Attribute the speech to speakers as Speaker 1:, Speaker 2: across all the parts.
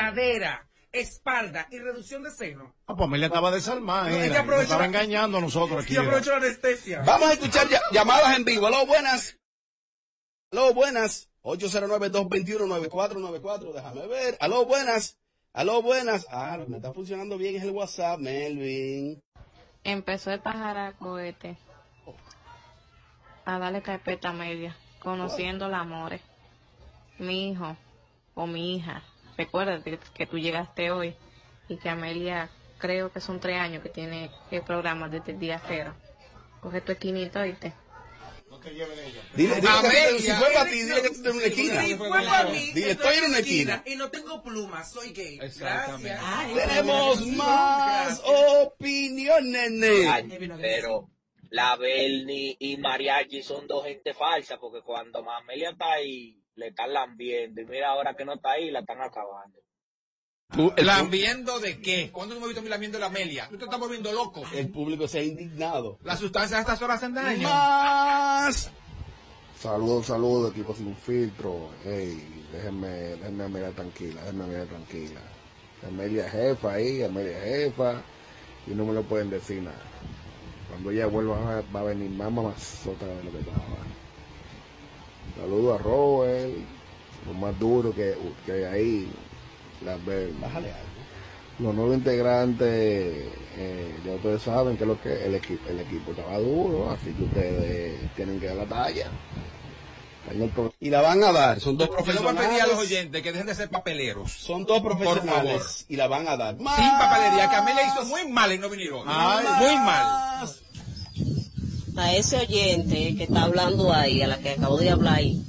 Speaker 1: cadera, espalda y reducción de seno.
Speaker 2: Ah, pues Amelia estaba desarmada,
Speaker 1: No,
Speaker 2: era,
Speaker 1: ella
Speaker 2: que nos
Speaker 1: aprovechó-
Speaker 2: estaba engañando a nosotros aquí.
Speaker 1: Yo
Speaker 2: era.
Speaker 1: aprovecho la anestesia.
Speaker 3: Vamos a escuchar ya- llamadas en vivo. Aló, buenas. Aló, buenas. 809-221-9494. Déjame ver. Aló, buenas. Aló, buenas. Ah, me está funcionando bien es el WhatsApp, Melvin.
Speaker 4: Empezó el pájaro este a darle carpeta media, conociendo el amor. Mi hijo o mi hija, recuérdate que tú llegaste hoy y que Amelia creo que son tres años que tiene el programa desde el día cero. Coge tu esquinito, oíste.
Speaker 3: Dile, dile que
Speaker 1: Amelia.
Speaker 3: si fue para ti, dile que tú estás en una esquina.
Speaker 1: Si fue para mí,
Speaker 3: Dile,
Speaker 1: estoy en una
Speaker 3: esquina.
Speaker 1: esquina. Y no tengo plumas, soy gay.
Speaker 5: Exactamente.
Speaker 1: Gracias.
Speaker 3: Tenemos más
Speaker 1: Gracias.
Speaker 3: opiniones. nene. Eh,
Speaker 6: Ay, pero la Bernie y Mariachi son dos gente falsa, porque cuando Mamelia está ahí, le están lambiendo. Y mira ahora que no está ahí, la están acabando.
Speaker 3: Tú- El, pú-
Speaker 5: ¿Lambiendo de qué? ¿Cuándo tú me has visto a mí lambiendo la Amelia? Tú te estás volviendo loco.
Speaker 3: el público se ha indignado.
Speaker 5: Las sustancias a estas horas hacen daño.
Speaker 3: Más.
Speaker 7: Saludos, saludos, equipo sin filtro. Hey, déjenme, déjenme a mirar tranquila, déjenme a mirar tranquila. Amelia es jefa ahí, Amelia es jefa, y no me lo pueden decir nada. Cuando ella vuelva va a venir más mamazota de lo que estaba. Saludos a Robert, lo más duro que, que hay ahí, las ver.
Speaker 3: Bájale algo.
Speaker 7: Los nuevos integrantes, eh, ya ustedes saben que lo que el equipo, el equipo estaba duro, así que ustedes tienen que dar la talla. En el pro-
Speaker 3: Y la van a dar. Son dos
Speaker 5: Yo le voy a pedir a los
Speaker 3: profesionales.
Speaker 5: oyentes que dejen de ser papeleros.
Speaker 3: Son dos
Speaker 5: favor.
Speaker 3: profesionales y la van a dar. Más.
Speaker 5: Sin papelería, que Amelia hizo muy mal en no venir hoy.
Speaker 2: Ay.
Speaker 5: muy mal.
Speaker 8: a ese oyente que está hablando ahí, a la que acabo de hablar ahí,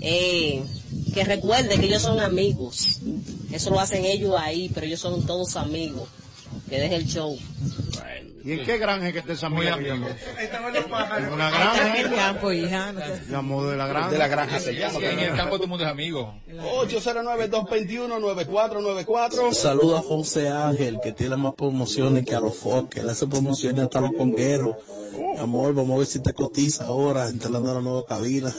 Speaker 8: eh, que recuerde que ellos son amigos. Eso lo hacen ellos ahí, pero ellos son todos amigos. Que deje el show.
Speaker 2: ¿Y en qué granja que te esa
Speaker 5: Muy
Speaker 2: mía?
Speaker 5: amigo.
Speaker 1: Estaban los
Speaker 2: En
Speaker 1: pájaros.
Speaker 2: una
Speaker 9: Está en el
Speaker 2: granja.
Speaker 9: campo, hija. no seas-
Speaker 2: Llamó de la granja.
Speaker 3: De la granja se llama.
Speaker 5: En el campo todo el mundo es amigo.
Speaker 3: 809-221-9494.
Speaker 10: Saluda a José Ángel, que tiene más promociones que a los foques. Le hace promociones hasta a los congueros.
Speaker 3: Uh.
Speaker 10: Mi amor, vamos a ver si te cotiza ahora, instalando la nueva cabina.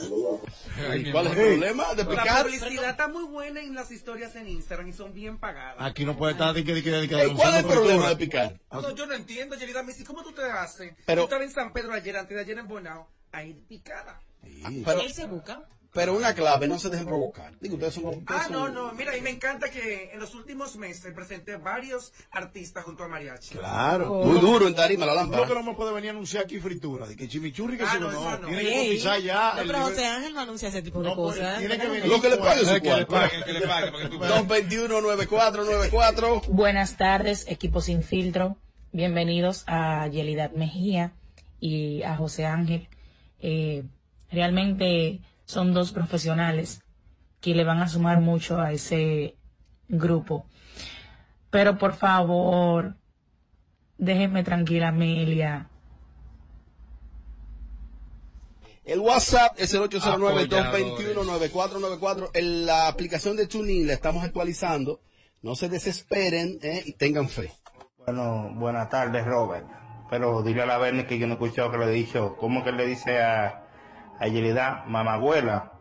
Speaker 5: Ay, mi
Speaker 3: ¿Cuál es
Speaker 5: amor.
Speaker 3: el problema de
Speaker 1: La
Speaker 3: picar?
Speaker 1: publicidad está muy buena en las historias en Instagram y son bien pagadas.
Speaker 2: Aquí no puede estar de que de que de que
Speaker 3: Ey, Eh, ¿Cuál es el problema de picar?
Speaker 1: No, yo no entiendo, Yelida me dice, ¿cómo tú te haces?
Speaker 3: Pero-
Speaker 1: Yo estaba en San Pedro ayer, antes de ayer en Bonao, ahí picada.
Speaker 3: Pero,
Speaker 9: Él se busca.
Speaker 3: pero una clave, no se dejen provocar. Digo, ustedes son... ustedes
Speaker 1: Ah,
Speaker 3: son-
Speaker 1: no, no, mira, y me encanta que en los últimos meses presenté varios artistas junto a Mariachi.
Speaker 2: Claro.
Speaker 9: Oh.
Speaker 3: Muy duro en tarima la
Speaker 2: Creo que
Speaker 3: lámpara.
Speaker 2: no me puede venir a anunciar aquí fritura. De que chimichurri que
Speaker 1: Ah,
Speaker 2: se
Speaker 1: no,
Speaker 2: no.
Speaker 1: eso no.
Speaker 2: Tiene que
Speaker 9: Ey.
Speaker 2: cotizar ya.
Speaker 9: No,
Speaker 2: el
Speaker 9: pero
Speaker 2: nivel-
Speaker 9: José Ángel no anuncia ese tipo de
Speaker 2: No, pues,
Speaker 9: cosas.
Speaker 2: tiene que venir.
Speaker 3: Lo que le pague su
Speaker 2: El que le
Speaker 3: cuarto.
Speaker 2: pague, el
Speaker 5: Que le pague, para que tú veas.
Speaker 3: 221-9494.
Speaker 8: Buenas tardes, equipo sin filtro. Bienvenidos a Yelidad Mejía y a José Ángel. Eh, realmente son dos profesionales que le van a sumar mucho a ese grupo. Pero por favor, déjenme tranquila, Amelia.
Speaker 3: El WhatsApp es el
Speaker 5: Apoyadores.
Speaker 3: 809-221-9494. En La aplicación de TuneIn la estamos actualizando. No se desesperen ¿eh? y tengan fe.
Speaker 10: Bueno, buenas tardes, Robert. Pero dile a la Bernie que yo no he escuchado que le he dicho. ¿Cómo que le dice a, a Yelida, mamagüela?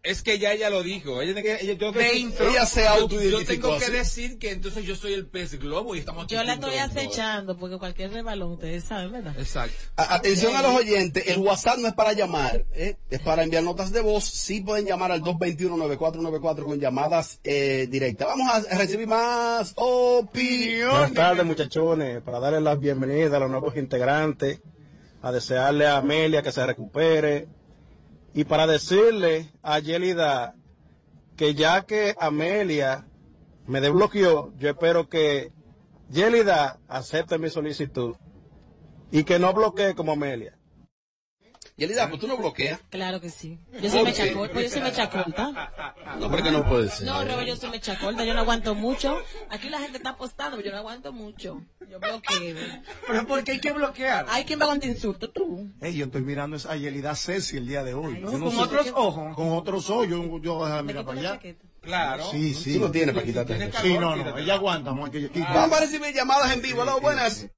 Speaker 5: Es que ya ella lo dijo. Ella, tiene que- ella- yo,
Speaker 1: De intro.
Speaker 3: Ella se
Speaker 5: yo tengo
Speaker 3: autoidentificó
Speaker 5: que
Speaker 3: así.
Speaker 5: decir que entonces yo soy el pez globo y estamos aquí
Speaker 9: Yo la
Speaker 5: juntos.
Speaker 9: estoy acechando porque cualquier rebalón, ustedes saben, ¿verdad?
Speaker 5: Exacto.
Speaker 3: A- Atención a los oyentes, el WhatsApp no es para llamar, ¿eh? es para enviar notas de voz. Sí pueden llamar al 221-9494 con llamadas eh, directas. Vamos a recibir más opinión.
Speaker 10: Buenas tardes, muchachones. Para darle las bienvenidas a los nuevos integrantes, a desearle a Amelia que se recupere y para decirle a Yelida que ya que Amelia me desbloqueó, yo espero que Yelida acepte mi solicitud y que no bloquee como Amelia.
Speaker 3: Yelida, pues tú no bloqueas.
Speaker 9: Claro que sí. Yo soy
Speaker 3: Ok.
Speaker 9: mechacorta, yo soy mechacorta.
Speaker 3: No, porque no puede ser.
Speaker 9: No, Robert, yo soy mechacorta, yo no aguanto mucho. Aquí la gente está apostando, pero yo no aguanto mucho. Yo bloqueo.
Speaker 1: Pero porque hay que bloquear.
Speaker 9: Ay, ¿quién va con te insulto? Tú.
Speaker 2: Ey, yo estoy mirando esa Yelida Ceci el día de hoy. Yo no
Speaker 1: con
Speaker 2: sé-
Speaker 1: otros ojos.
Speaker 2: Con otros ojos. Yo, yo voy a
Speaker 9: Me
Speaker 2: mirar
Speaker 9: quito
Speaker 2: para
Speaker 9: la
Speaker 2: allá.
Speaker 9: chaqueta.
Speaker 5: Claro.
Speaker 2: Sí,
Speaker 3: Tú
Speaker 2: sí.
Speaker 3: no tienes para quitarte.
Speaker 5: Tienes
Speaker 3: eso.
Speaker 5: calor,
Speaker 2: Sí, no, no.
Speaker 5: quítate.
Speaker 2: Ella aguanta. Vamos aquí. aquí.
Speaker 3: Vamos a recibir llamadas en vivo. Hola, buenas.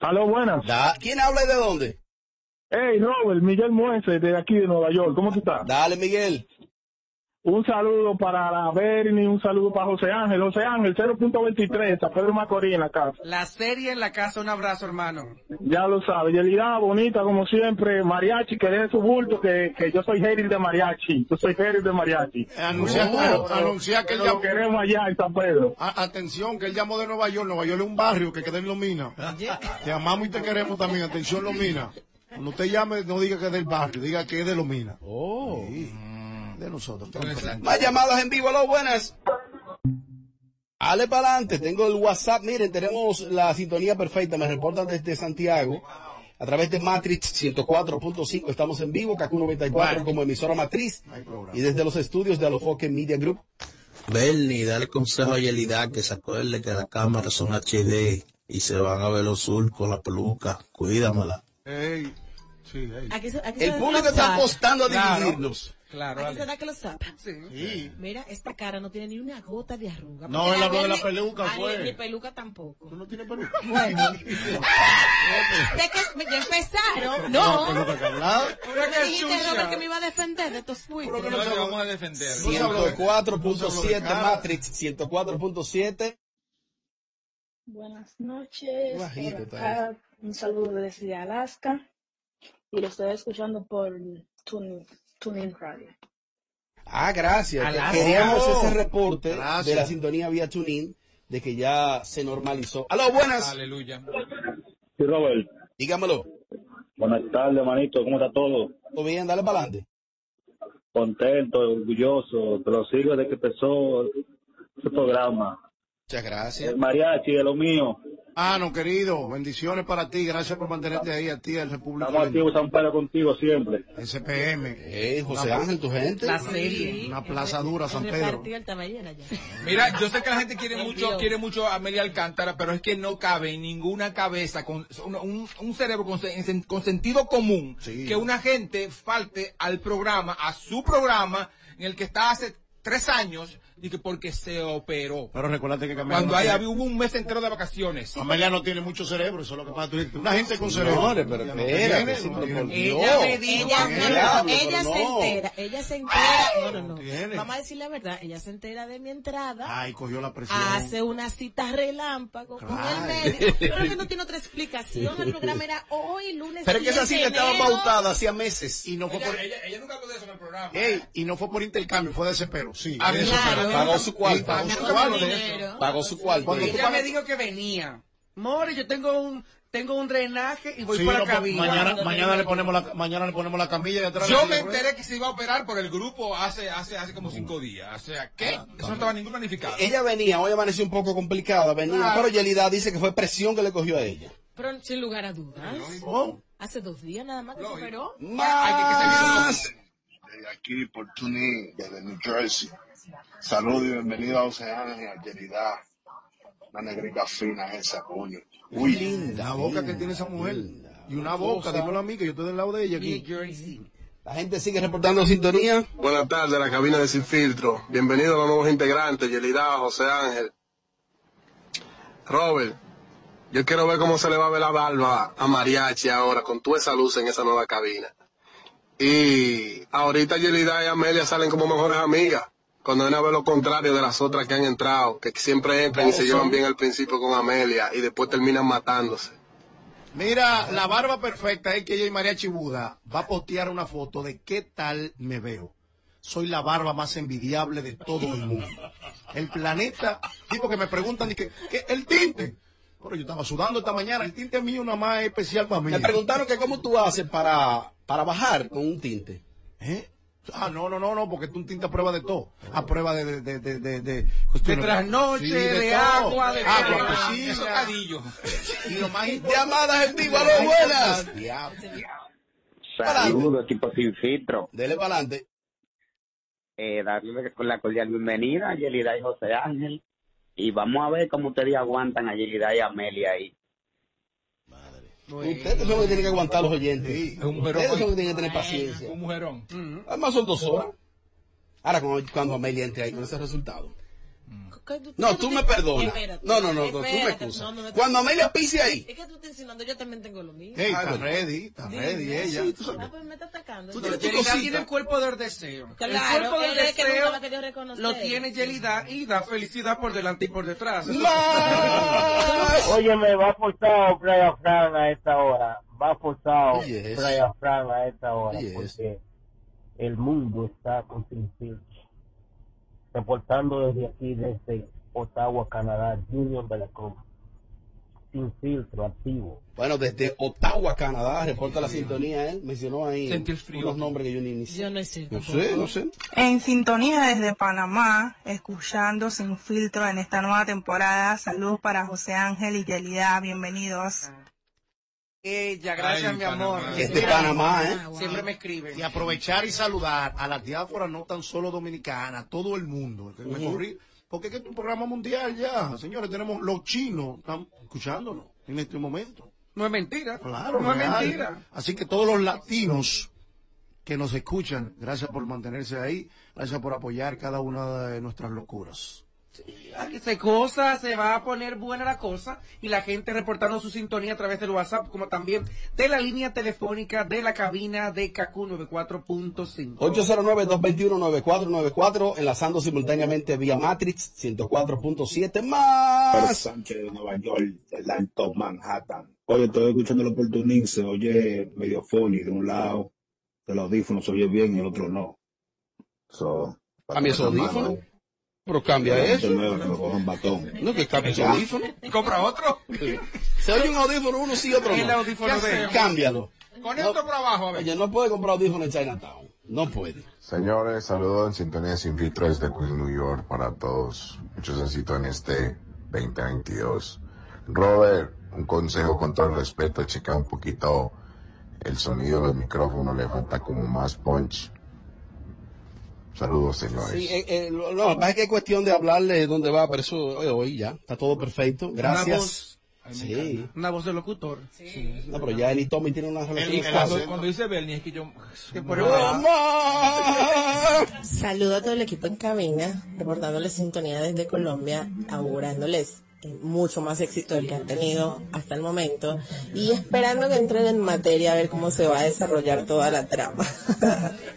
Speaker 10: Aló, buenas.
Speaker 3: Da- ¿Quién habla y de dónde?
Speaker 10: Hey, Robert, Miguel Muense, de aquí de Nueva York. ¿Cómo tú estás?
Speaker 3: Dale, Miguel.
Speaker 11: Un saludo para la Berni, un saludo para José Ángel. José Ángel, 0.23, a Pedro Macorís en la casa.
Speaker 1: La serie en la casa, un abrazo, hermano.
Speaker 11: Ya lo sabe. Yelida, bonita como siempre. Mariachi, que deje su bulto, que, que yo soy Heril de Mariachi. Yo soy Heril de Mariachi.
Speaker 7: Anuncia-
Speaker 11: Pero-
Speaker 7: a- anuncia que
Speaker 11: pero
Speaker 7: él
Speaker 11: lo
Speaker 7: ya-
Speaker 11: queremos allá en San Pedro.
Speaker 7: A- atención, que él llamó de Nueva York. Nueva York es un barrio que queda en Lomina. Te amamos y te queremos también. Atención, Lomina. Cuando usted llame, no diga que es del barrio, diga que es de Lomina. Oh. De nosotros.
Speaker 3: Más llamadas en vivo, aló, buenas. Ale para adelante, tengo el WhatsApp, miren, tenemos la sintonía perfecta, me reportan desde Santiago, a través de Matrix 104.5, estamos en vivo, CACU 94 como emisora matriz, y desde los estudios de Alofoque Media Group.
Speaker 2: Bernie, dale consejo a Yelida que se acuerde que las cámaras son HD y se van a ver los surcos, la peluca. Cuídamela.
Speaker 7: Ey. Sí, ey.
Speaker 8: Aquí se- aquí se
Speaker 2: El
Speaker 8: ve
Speaker 2: público
Speaker 8: los
Speaker 2: está
Speaker 8: zapatos.
Speaker 2: apostando a
Speaker 8: Claro.
Speaker 2: dividirnos.
Speaker 5: Claro,
Speaker 1: Ah,
Speaker 8: Aquí
Speaker 5: vale.
Speaker 8: se da que los zapan. Mira, esta cara no tiene ni una gota de arruga.
Speaker 7: No,
Speaker 8: Porque
Speaker 7: él habló de la
Speaker 8: ni-
Speaker 7: peluca,
Speaker 8: ah,
Speaker 7: fue.
Speaker 8: Ni, ni peluca tampoco.
Speaker 7: no tienes peluca?
Speaker 8: Bueno. Ah, ¿De que ya empezaron? No.
Speaker 7: Pero, pero, pero, ¿verdad?
Speaker 8: Tú me dijiste, Robert, que me iba a defender de estos fuitos.
Speaker 5: No te vamos a defender.
Speaker 3: 104.7 Matrix, 104.7.
Speaker 12: Buenas noches.
Speaker 3: Bajito,
Speaker 12: Por
Speaker 3: está
Speaker 12: acá, un saludo desde Alaska y lo estoy escuchando por Tuning, Tuning Radio.
Speaker 3: Ah, gracias.
Speaker 12: Alaska.
Speaker 3: Queríamos ese reporte
Speaker 12: Gracias.
Speaker 3: de la sintonía vía TuneIn de que ya se normalizó. Aló, buenas.
Speaker 5: Aleluya.
Speaker 13: Sí, Robert.
Speaker 3: Dígamelo.
Speaker 13: Buenas tardes, manito. ¿Cómo está todo?
Speaker 3: Todo bien, dale para adelante.
Speaker 13: Contento, orgulloso. Te lo sigo desde que empezó este programa.
Speaker 3: Muchas gracias.
Speaker 13: El mariachi de lo mío.
Speaker 7: Ah, no, querido. Bendiciones para ti. Gracias por mantenerte ahí a ti, al República.
Speaker 13: Estamos activos, San Pedro, contigo siempre.
Speaker 7: SPM.
Speaker 13: Eh,
Speaker 3: José Ángel, tu gente.
Speaker 7: La serie. Una plaza dura, San Pedro.
Speaker 8: Repartió el tamaño allá.
Speaker 5: Mira, yo sé que la gente quiere
Speaker 8: Ay,
Speaker 5: mucho,
Speaker 8: Dios.
Speaker 5: quiere mucho a Amelia Alcántara, pero es que no cabe en ninguna cabeza con un, un- un cerebro con, sen- sen- con sentido común que una gente falte al programa, a su programa, en el que está hace tres años, y que porque se operó.
Speaker 7: Pero recuérdate que Amelia
Speaker 5: Cuando
Speaker 7: no
Speaker 5: ahí
Speaker 7: tiene-
Speaker 5: había hubo un mes entero de vacaciones.
Speaker 7: Amelia no tiene mucho cerebro, eso es lo que pasa. Tú dices, Una gente con
Speaker 3: Señores,
Speaker 7: cerebro.
Speaker 3: pero
Speaker 7: Ella no
Speaker 3: espérate,
Speaker 7: tiene,
Speaker 3: sí,
Speaker 7: no
Speaker 3: pero
Speaker 7: tiene.
Speaker 3: por Dios.
Speaker 8: Ella me dijo,
Speaker 3: Ella me
Speaker 8: ella,
Speaker 3: dijo,
Speaker 8: ella
Speaker 3: pero
Speaker 8: se
Speaker 3: no.
Speaker 8: entera, ella se entera, no, no, no.
Speaker 7: tiene.
Speaker 8: Vamos a decir la verdad, ella se entera de mi entrada,
Speaker 7: Ay, cogió la presión.
Speaker 8: hace una cita relámpago con el médico, pero que no tiene otra explicación, el programa era hoy, lunes.
Speaker 3: Pero es que esa
Speaker 8: 10 de
Speaker 3: cita estaba
Speaker 8: enero.
Speaker 3: pautada hacía meses.
Speaker 7: Y no fue
Speaker 8: eh,
Speaker 7: por,
Speaker 5: nunca habló de eso en el programa.
Speaker 7: Ey, y no fue por intercambio, fue desespero. Sí.
Speaker 3: Ah,
Speaker 7: Eso,
Speaker 3: claro.
Speaker 7: pero-
Speaker 3: Pagó su cuarto.
Speaker 7: Pagó su
Speaker 3: Pagó
Speaker 7: cuarto.
Speaker 3: dinero. Pagó su cuarto.
Speaker 7: Cuando tú
Speaker 1: Ella me
Speaker 7: pagas-
Speaker 1: dijo que venía. More, yo tengo un, tengo un drenaje y voy
Speaker 7: Sí,
Speaker 1: para
Speaker 7: no, pues,
Speaker 1: la cabina.
Speaker 7: mañana, mañana le ponemos la, mañana le ponemos la camilla y atrás.
Speaker 5: Yo
Speaker 7: le-
Speaker 5: me enteré que se iba a operar por el grupo hace hace hace como cinco días. O sea,
Speaker 7: Ah,
Speaker 5: ¿qué? Eso no estaba ningún planificado.
Speaker 3: Ella venía, hoy amaneció un poco complicada, venía,
Speaker 5: Claro.
Speaker 3: pero Yelida dice que fue presión que le cogió a ella.
Speaker 8: Pero sin lugar a dudas,
Speaker 3: Oh.
Speaker 8: hace dos días nada más que se operó.
Speaker 14: Desde aquí, por Tuning, desde New Jersey. Saludos y bienvenido a José Ángel, a Yelida. Una negrita fina esa, coño.
Speaker 7: Uy, linda. La boca que tiene esa mujer. Y una boca, dímelo a mí, que yo estoy del lado de ella aquí.
Speaker 3: La gente sigue reportando sintonía.
Speaker 9: Buenas tardes, la cabina de Sin Filtro. Bienvenidos a los nuevos integrantes, Yelida, José Ángel. Robert, yo quiero ver cómo se le va a ver la barba a Mariachi ahora, con toda esa luz en esa nueva cabina. Y ahorita Yelida y Amelia salen como mejores amigas, cuando van a ver lo contrario de las otras que han entrado, que siempre entran y se llevan bien al principio con Amelia y después terminan matándose.
Speaker 7: Mira, la barba perfecta es que ella y María Chibuda va a postear una foto de qué tal me veo. Soy la barba más envidiable de todo el mundo. El planeta, tipo que me preguntan, y que, que el tinte. Pero yo estaba sudando esta mañana, el tinte mío nada más es especial para mí.
Speaker 3: Me preguntaron que cómo tú haces para, para bajar con un tinte.
Speaker 7: ¿Eh? Ah, no, no, no, no, porque tú un tinte a prueba de todo.
Speaker 3: Oh.
Speaker 7: A prueba de... De, de, de, de, de,
Speaker 1: De trasnoche,
Speaker 7: Sí,
Speaker 1: de,
Speaker 7: todo.
Speaker 1: agua, de
Speaker 7: agua,
Speaker 1: crema,
Speaker 7: piscina.
Speaker 1: de socadillo.
Speaker 7: Y lo más
Speaker 3: Llamadas en vivo, aló, buenas.
Speaker 15: Saludos, tipo sin filtro.
Speaker 3: Dele para adelante.
Speaker 15: Eh, darle la cordial bienvenida a Yelida y José Ángel. Y vamos a ver cómo ustedes aguantan a Yelida y a Amelia ahí.
Speaker 3: Ustedes son los que tienen que aguantar los oyentes. Ustedes son los que tienen que tener paciencia.
Speaker 5: Un mujerón.
Speaker 3: Además son dos horas. Ahora cuando, cuando Amelia entre ahí con ese resultado.
Speaker 8: ¿Qué qué
Speaker 3: No, tú
Speaker 8: te-
Speaker 3: me perdonas.
Speaker 8: Espérate.
Speaker 3: No, no, no, no, tú me
Speaker 8: Espérate.
Speaker 3: excusas.
Speaker 8: No, no, no te-
Speaker 3: Cuando Amelia pise ahí.
Speaker 8: Es que tú estás insinuando, yo también tengo lo mío.
Speaker 5: Ah,
Speaker 3: Ey, está ready, está
Speaker 8: Dime,
Speaker 3: ready ella.
Speaker 8: sí, tú sabes. Ah, pues me está atacando.
Speaker 1: Tú
Speaker 8: entonces.
Speaker 1: Yelida tiene el cuerpo del deseo.
Speaker 8: Claro,
Speaker 1: el cuerpo del
Speaker 8: él es que nunca
Speaker 1: deseo
Speaker 8: lo ha querido reconocer.
Speaker 1: lo tiene Yelida y da felicidad por delante y por detrás.
Speaker 6: Oye, me va forzado Playa Fran a esta hora. Va forzado
Speaker 1: Oye, eso.
Speaker 6: Playa Fran a esta hora.
Speaker 1: Oye,
Speaker 6: porque el mundo está con Sin Filtro. Reportando desde aquí, desde Ottawa, Canadá, Junior de la Cruz. Sin filtro, activo.
Speaker 3: Bueno, desde Ottawa, Canadá, reporta la sintonía, ¿eh? Mencionó ahí unos nombres que yo ni, ni sé.
Speaker 8: Yo no sé.
Speaker 3: No sé, no sé.
Speaker 16: En sintonía desde Panamá, escuchando Sin Filtro en esta nueva temporada. Saludos para José Ángel y Yelida, bienvenidos.
Speaker 3: Eh,
Speaker 1: Ella, gracias, mi amor.
Speaker 7: Es de
Speaker 1: Mira,
Speaker 7: Panamá, ¿eh?
Speaker 1: Siempre me escribe.
Speaker 7: Y aprovechar y saludar a las diásporas no tan solo dominicanas, todo el mundo. Que me
Speaker 1: Ujú.
Speaker 7: corrí- Porque es que es un programa mundial ya. Señores, tenemos los chinos están escuchándonos en este momento.
Speaker 1: No es mentira.
Speaker 7: Claro,
Speaker 1: no es
Speaker 7: real.
Speaker 1: mentira.
Speaker 7: Así que todos los latinos que nos escuchan, gracias por mantenerse ahí, gracias por apoyar cada una de nuestras locuras.
Speaker 1: Aquí Ah, se cosa, se va a poner buena la cosa y la gente reportando su sintonía a través del WhatsApp, como también de la línea telefónica de la cabina de Kaku 94.5.
Speaker 3: 809-221-9494, enlazando simultáneamente vía Matrix 104.7 más.
Speaker 13: Sánchez de Nueva
Speaker 3: Ah.
Speaker 13: York, del Alto Manhattan. Oye, estoy escuchando los oportunistas, se oye medio funny de un lado, del audífono se oye bien y el otro no. So,
Speaker 3: Cambia esos audífonos.
Speaker 13: eh.
Speaker 3: Pero cambia eso. No, que cambia esos
Speaker 13: Ya.
Speaker 3: audífonos.
Speaker 1: Compra otro.
Speaker 3: Se oye un audífono uno sí otro
Speaker 17: El
Speaker 3: no.
Speaker 17: audífono
Speaker 3: ¿Qué
Speaker 17: de-
Speaker 3: hacemos? Cámbialo.
Speaker 17: Con esto para abajo, a ver.
Speaker 3: Oye, no puede comprar audífono en Chinatown. No puede.
Speaker 18: Señores, saludos en Sintonía Sin Filtro desde Queens, New York para todos. Muchos éxitos en este 2022. Robert, un consejo con todo el respeto, checa un poquito el sonido de los micrófonos, le falta como más punch. Saludos, señores.
Speaker 3: Sí, eh, eh, lo- no, lo que pasa es que es cuestión de hablarle dónde va, pero eso oye, hoy ya está todo perfecto. Gracias. Sí.
Speaker 1: Una voz de locutor.
Speaker 3: No, pero ya Eni Tommy tiene una relación.
Speaker 17: Y cuando,
Speaker 3: estable.
Speaker 17: cuando dice Bernie es que yo...
Speaker 5: Saludo a todo el equipo en cabina, reportándoles sintonía desde Colombia, augurándoles eh, mucho más éxito del que han tenido hasta el momento y esperando que entren en materia a ver cómo se va a desarrollar toda la trama.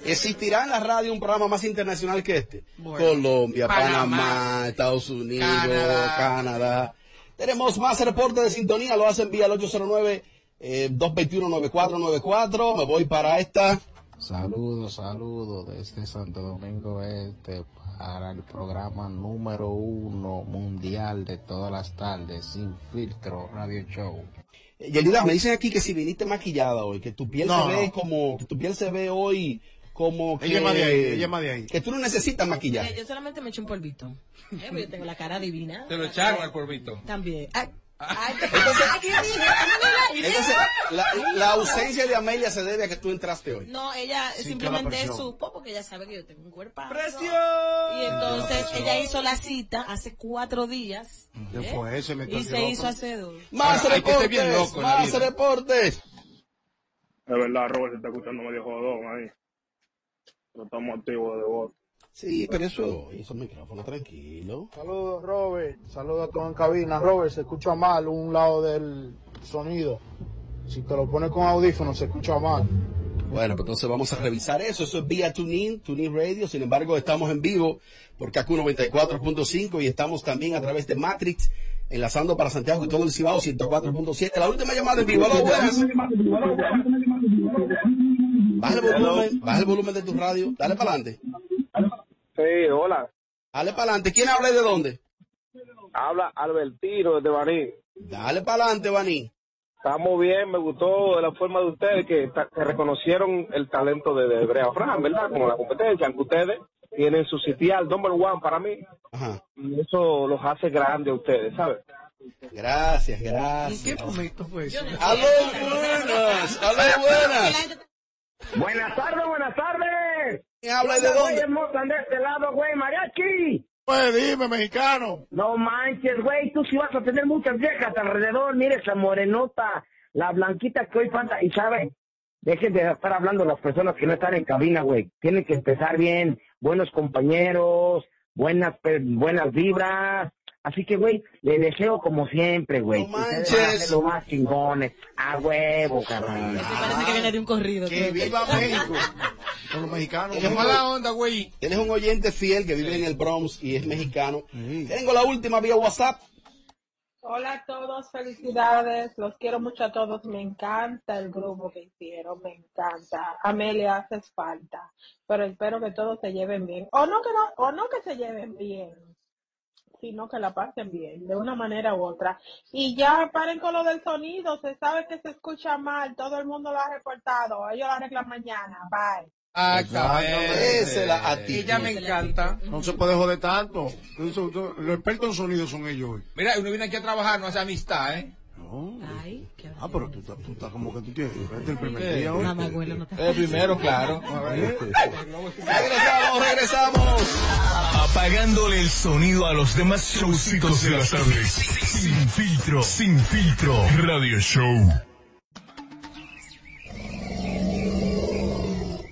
Speaker 3: ¿Existirá en la radio un programa más internacional que este? Colombia, Panamá,
Speaker 17: Panamá,
Speaker 3: Estados Unidos, Canadá.
Speaker 17: Canadá.
Speaker 3: Tenemos más reportes de sintonía, lo hacen vía el 809 eh, 221-9494. Me voy para esta.
Speaker 19: Saludos, saludos desde Santo Domingo Este para el programa número uno mundial de todas las tardes, Sin Filtro Radio Show.
Speaker 3: Eh, Yelida, me dicen aquí que si viniste maquillada hoy, que tu piel
Speaker 19: No,
Speaker 3: se ve
Speaker 19: no.
Speaker 3: como, que tu piel se ve hoy como que...
Speaker 7: Ella es más de ahí, ella es más de ahí.
Speaker 3: Que tú no necesitas maquillaje.
Speaker 8: Eh, Yo solamente me echo un polvito. Eh, pero yo tengo la cara divina.
Speaker 17: Te lo echaron al polvito.
Speaker 8: También. Ay, ay, ay, qué divina, qué divina.
Speaker 3: Entonces, la, la ausencia de Amelia se debe a que tú entraste hoy.
Speaker 8: No, ella
Speaker 3: Sí, que
Speaker 8: simplemente
Speaker 3: la presión.
Speaker 8: supo porque ella sabe que yo tengo un cuerpazo.
Speaker 1: ¡Presión!
Speaker 8: Y
Speaker 7: Que la
Speaker 8: entonces
Speaker 7: presión.
Speaker 8: ella hizo la cita hace cuatro días.
Speaker 7: Ya
Speaker 8: ¿eh?
Speaker 7: fue, se metió
Speaker 8: Y
Speaker 7: el
Speaker 8: se
Speaker 7: loco.
Speaker 8: hizo hace dos.
Speaker 3: Más
Speaker 8: Ahora, hay que ser
Speaker 3: reportes,
Speaker 8: bien loco en la
Speaker 3: más
Speaker 8: vida.
Speaker 3: reportes.
Speaker 14: De verdad, Robert, se está escuchando medio jodón ahí. No estamos activos de voz.
Speaker 3: Sí, pero eso, eso es micrófono, tranquilo.
Speaker 20: Saludos, Robert. Saludos a todos en cabina. Robert, se escucha mal un lado del sonido. Si te lo pones con audífono, se escucha mal.
Speaker 3: Bueno, pues entonces vamos a revisar eso. Eso es vía TuneIn, TuneIn Radio. Sin embargo, estamos en vivo por KQ 94.5 y estamos también a través de Matrix, enlazando para Santiago y todo el Cibao 104.7. La última llamada en vivo. Aló, buenas. Baja el volumen, baja el volumen de tu radio. Dale para adelante.
Speaker 2: Sí, hola.
Speaker 3: Dale para adelante. ¿Quién habla y de dónde?
Speaker 2: Habla Albertino de Baní.
Speaker 3: Dale para adelante, Baní.
Speaker 2: Estamos bien, me gustó la forma de ustedes que, ta- que reconocieron el talento de, de Brea Fran, ¿verdad? Como la competencia, aunque ustedes tienen su sitial number one para mí. Y eso los hace grandes a ustedes, ¿sabes?
Speaker 3: Gracias, gracias.
Speaker 1: ¿En qué momento fue eso?
Speaker 3: Aló, buenas. Aló, buenas.
Speaker 21: Buenas tardes, buenas tardes.
Speaker 3: ¿Quién habla y
Speaker 21: Yo
Speaker 3: de
Speaker 21: soy
Speaker 3: dónde?
Speaker 21: hermosa de este lado, güey, mariachi.
Speaker 7: Pues dime, mexicano.
Speaker 21: No manches, güey, tú sí vas a tener muchas viejas alrededor. Mira esa morenota, la blanquita que hoy falta. Y sabe, dejen de estar hablando las personas que no están en cabina, güey. Tienen que empezar bien, buenos compañeros,
Speaker 22: buenas, pe- buenas vibras. Así que, güey, le deseo como siempre, güey. que ustedes van a ser Los más chingones. A huevo, carnal.
Speaker 1: Ah.
Speaker 8: Parece que viene de un corrido.
Speaker 7: Que viva México. Con los mexicanos.
Speaker 3: Tienes un- Tienes un oyente fiel que vive en el Bronx y es mexicano. Tengo la última vía WhatsApp.
Speaker 16: Hola a todos, felicidades. Los quiero mucho a todos. Me encanta el grupo que hicieron, me encanta. A mí le haces falta, pero espero que todos se lleven bien. O no que no, o no que se lleven bien, sino que la pasen bien, de una manera u otra. Y ya paren con lo del sonido. Se sabe que se escucha mal. Todo el mundo lo ha reportado. Ellos lo arreglan mañana. Bye.
Speaker 7: Exactamente.
Speaker 3: Esa es la actitud.
Speaker 1: Ella me encanta.
Speaker 7: No se puede joder tanto. Eso- eso- Los expertos en sonido son ellos hoy.
Speaker 5: Mira, uno viene aquí a trabajar, no hace amistad, ¿eh?
Speaker 7: Ah, pero tú, estás- tú estás como que tú tienes. Vete el primer
Speaker 5: Eh,
Speaker 7: día hoy.
Speaker 5: Mamagüelo, no te El pases. primero, claro.
Speaker 7: eh,
Speaker 3: Regresamos, regresamos.
Speaker 18: Apagándole el sonido a los demás showcitos de las tardes. Sin filtro, sin filtro. Radio Show.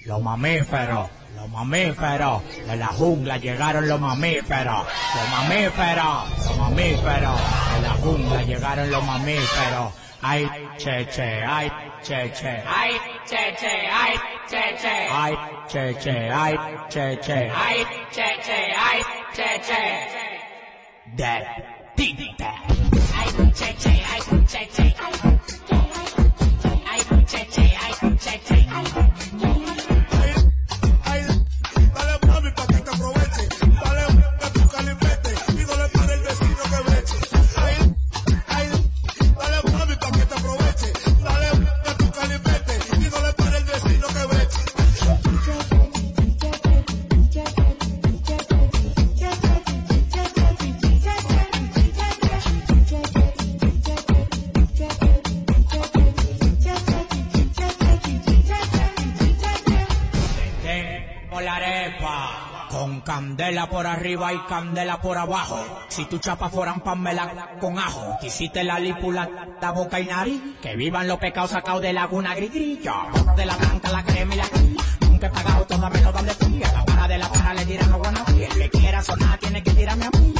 Speaker 23: Los mamíferos, los mamíferos, de la jungla llegaron los mamíferos, los mamíferos, los mamíferos, de la jungla llegaron los mamíferos. Ay, che, che, ay, che, che, ay,
Speaker 24: che, che, ay, che, che.
Speaker 23: ay, che, che, ay, che, che,
Speaker 24: Ay, che, che, ay, che, che.
Speaker 23: de tita.
Speaker 24: Ay, che, che, ay, che, che. Ay, che, che, ay, che, che.
Speaker 23: Tengo la arepa. Con candela por arriba y candela por abajo. Si tu chapa fueran pamela con ajo. Quisiste la lípula, la boca y nariz. Que vivan los pecados sacados de laguna grigrillo. De la blanca, la crema y la gris. Nunca he pagado, todas me lo dan de fría. La para de la para le tiran a guana El que quiera sonar tiene que tirarme a mí.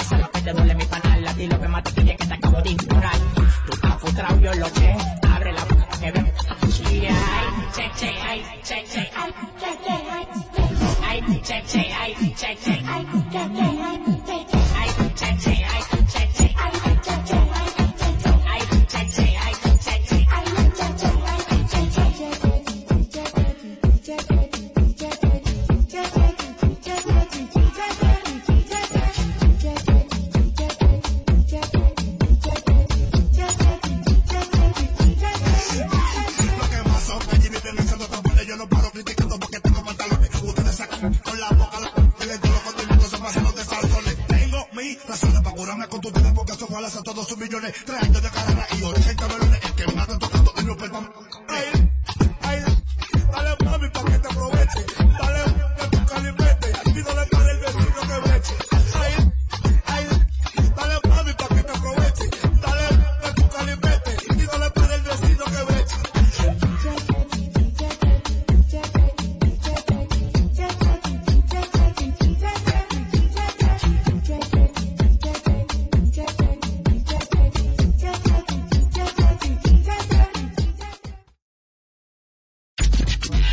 Speaker 23: Esa es la que te duele mi panal. A ti lo que más te pide es que te acabo de ignorar. Tú estás frustrado, yo lo sé. Abre la boca que ven.
Speaker 24: Ay, che, che, ay, che, che, ay, che, che, ay, che, che. Ay, che, che, ay, che, che. Ay, che, che, ay, che, che. Ay, che, che, ay, che, che. Ay, che, che, ay, che, che. Ay, che, che, ay, che, che. Ay, che, che, ay, che, che.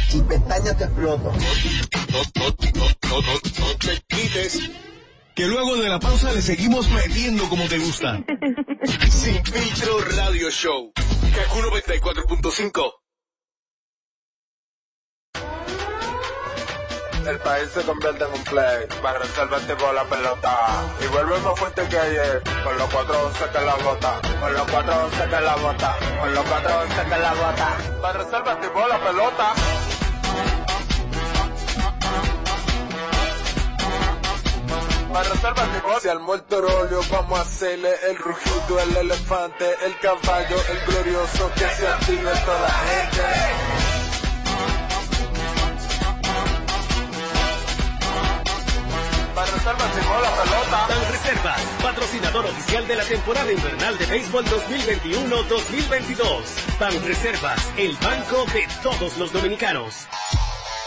Speaker 24: Si pestañas te exploto.
Speaker 18: Que luego de la pausa le seguimos metiendo como te gusta. Sin filtro Radio Show. Kaku 94.5.
Speaker 25: El país se convierte en un play para resolverte por la pelota. Y vuelve más fuerte que ayer, con los cuatro once que la bota. Con los cuatro once que la bota. Con los cuatro once que la bota. Para resolverte por la pelota. Para resolverte por Si al muerto rollo vamos a hacerle el rugido, el elefante, el caballo, el glorioso que se active toda la gente.
Speaker 10: Reservas, patrocinador oficial de la temporada invernal de béisbol 2021-2022. Pan Reservas, el banco de todos los dominicanos.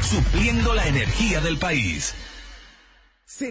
Speaker 10: Supliendo la energía del país.
Speaker 11: Se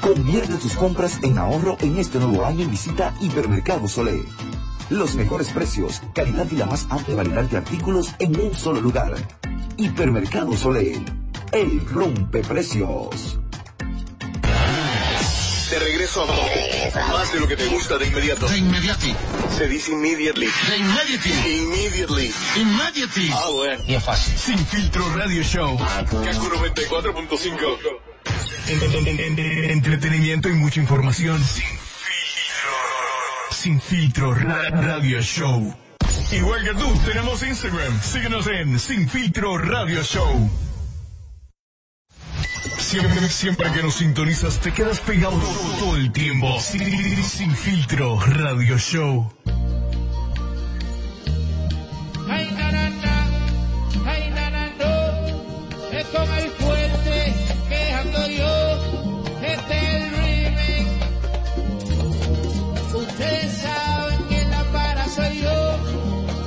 Speaker 2: Convierte tus compras en ahorro en este nuevo año y visita Hipermercado Solé. Los mejores precios, calidad y la más amplia variedad de artículos en un solo lugar. Hipermercado Solé, el rompe precios.
Speaker 18: Te regreso a más de lo que te gusta de inmediato. De inmediato. Se dice immediately. De inmediato. Immediately. Immediately. Ah, bueno.
Speaker 10: Y es fácil.
Speaker 18: Sin filtro radio show. Kaku 94.5.
Speaker 10: Entretenimiento y mucha información. Sin filtro. Sin filtro Ra- radio show.
Speaker 18: Igual que tú, tenemos Instagram. Síguenos en Sin Filtro Radio Show. Siempre, siempre que nos sintonizas, te quedas pegado todo, todo el tiempo. Sin, Sin Filtro Radio Show.
Speaker 2: Ay, nanana, ay, nanano, es con el fuerte que ando yo, este es el remix. Ustedes saben que la para soy yo,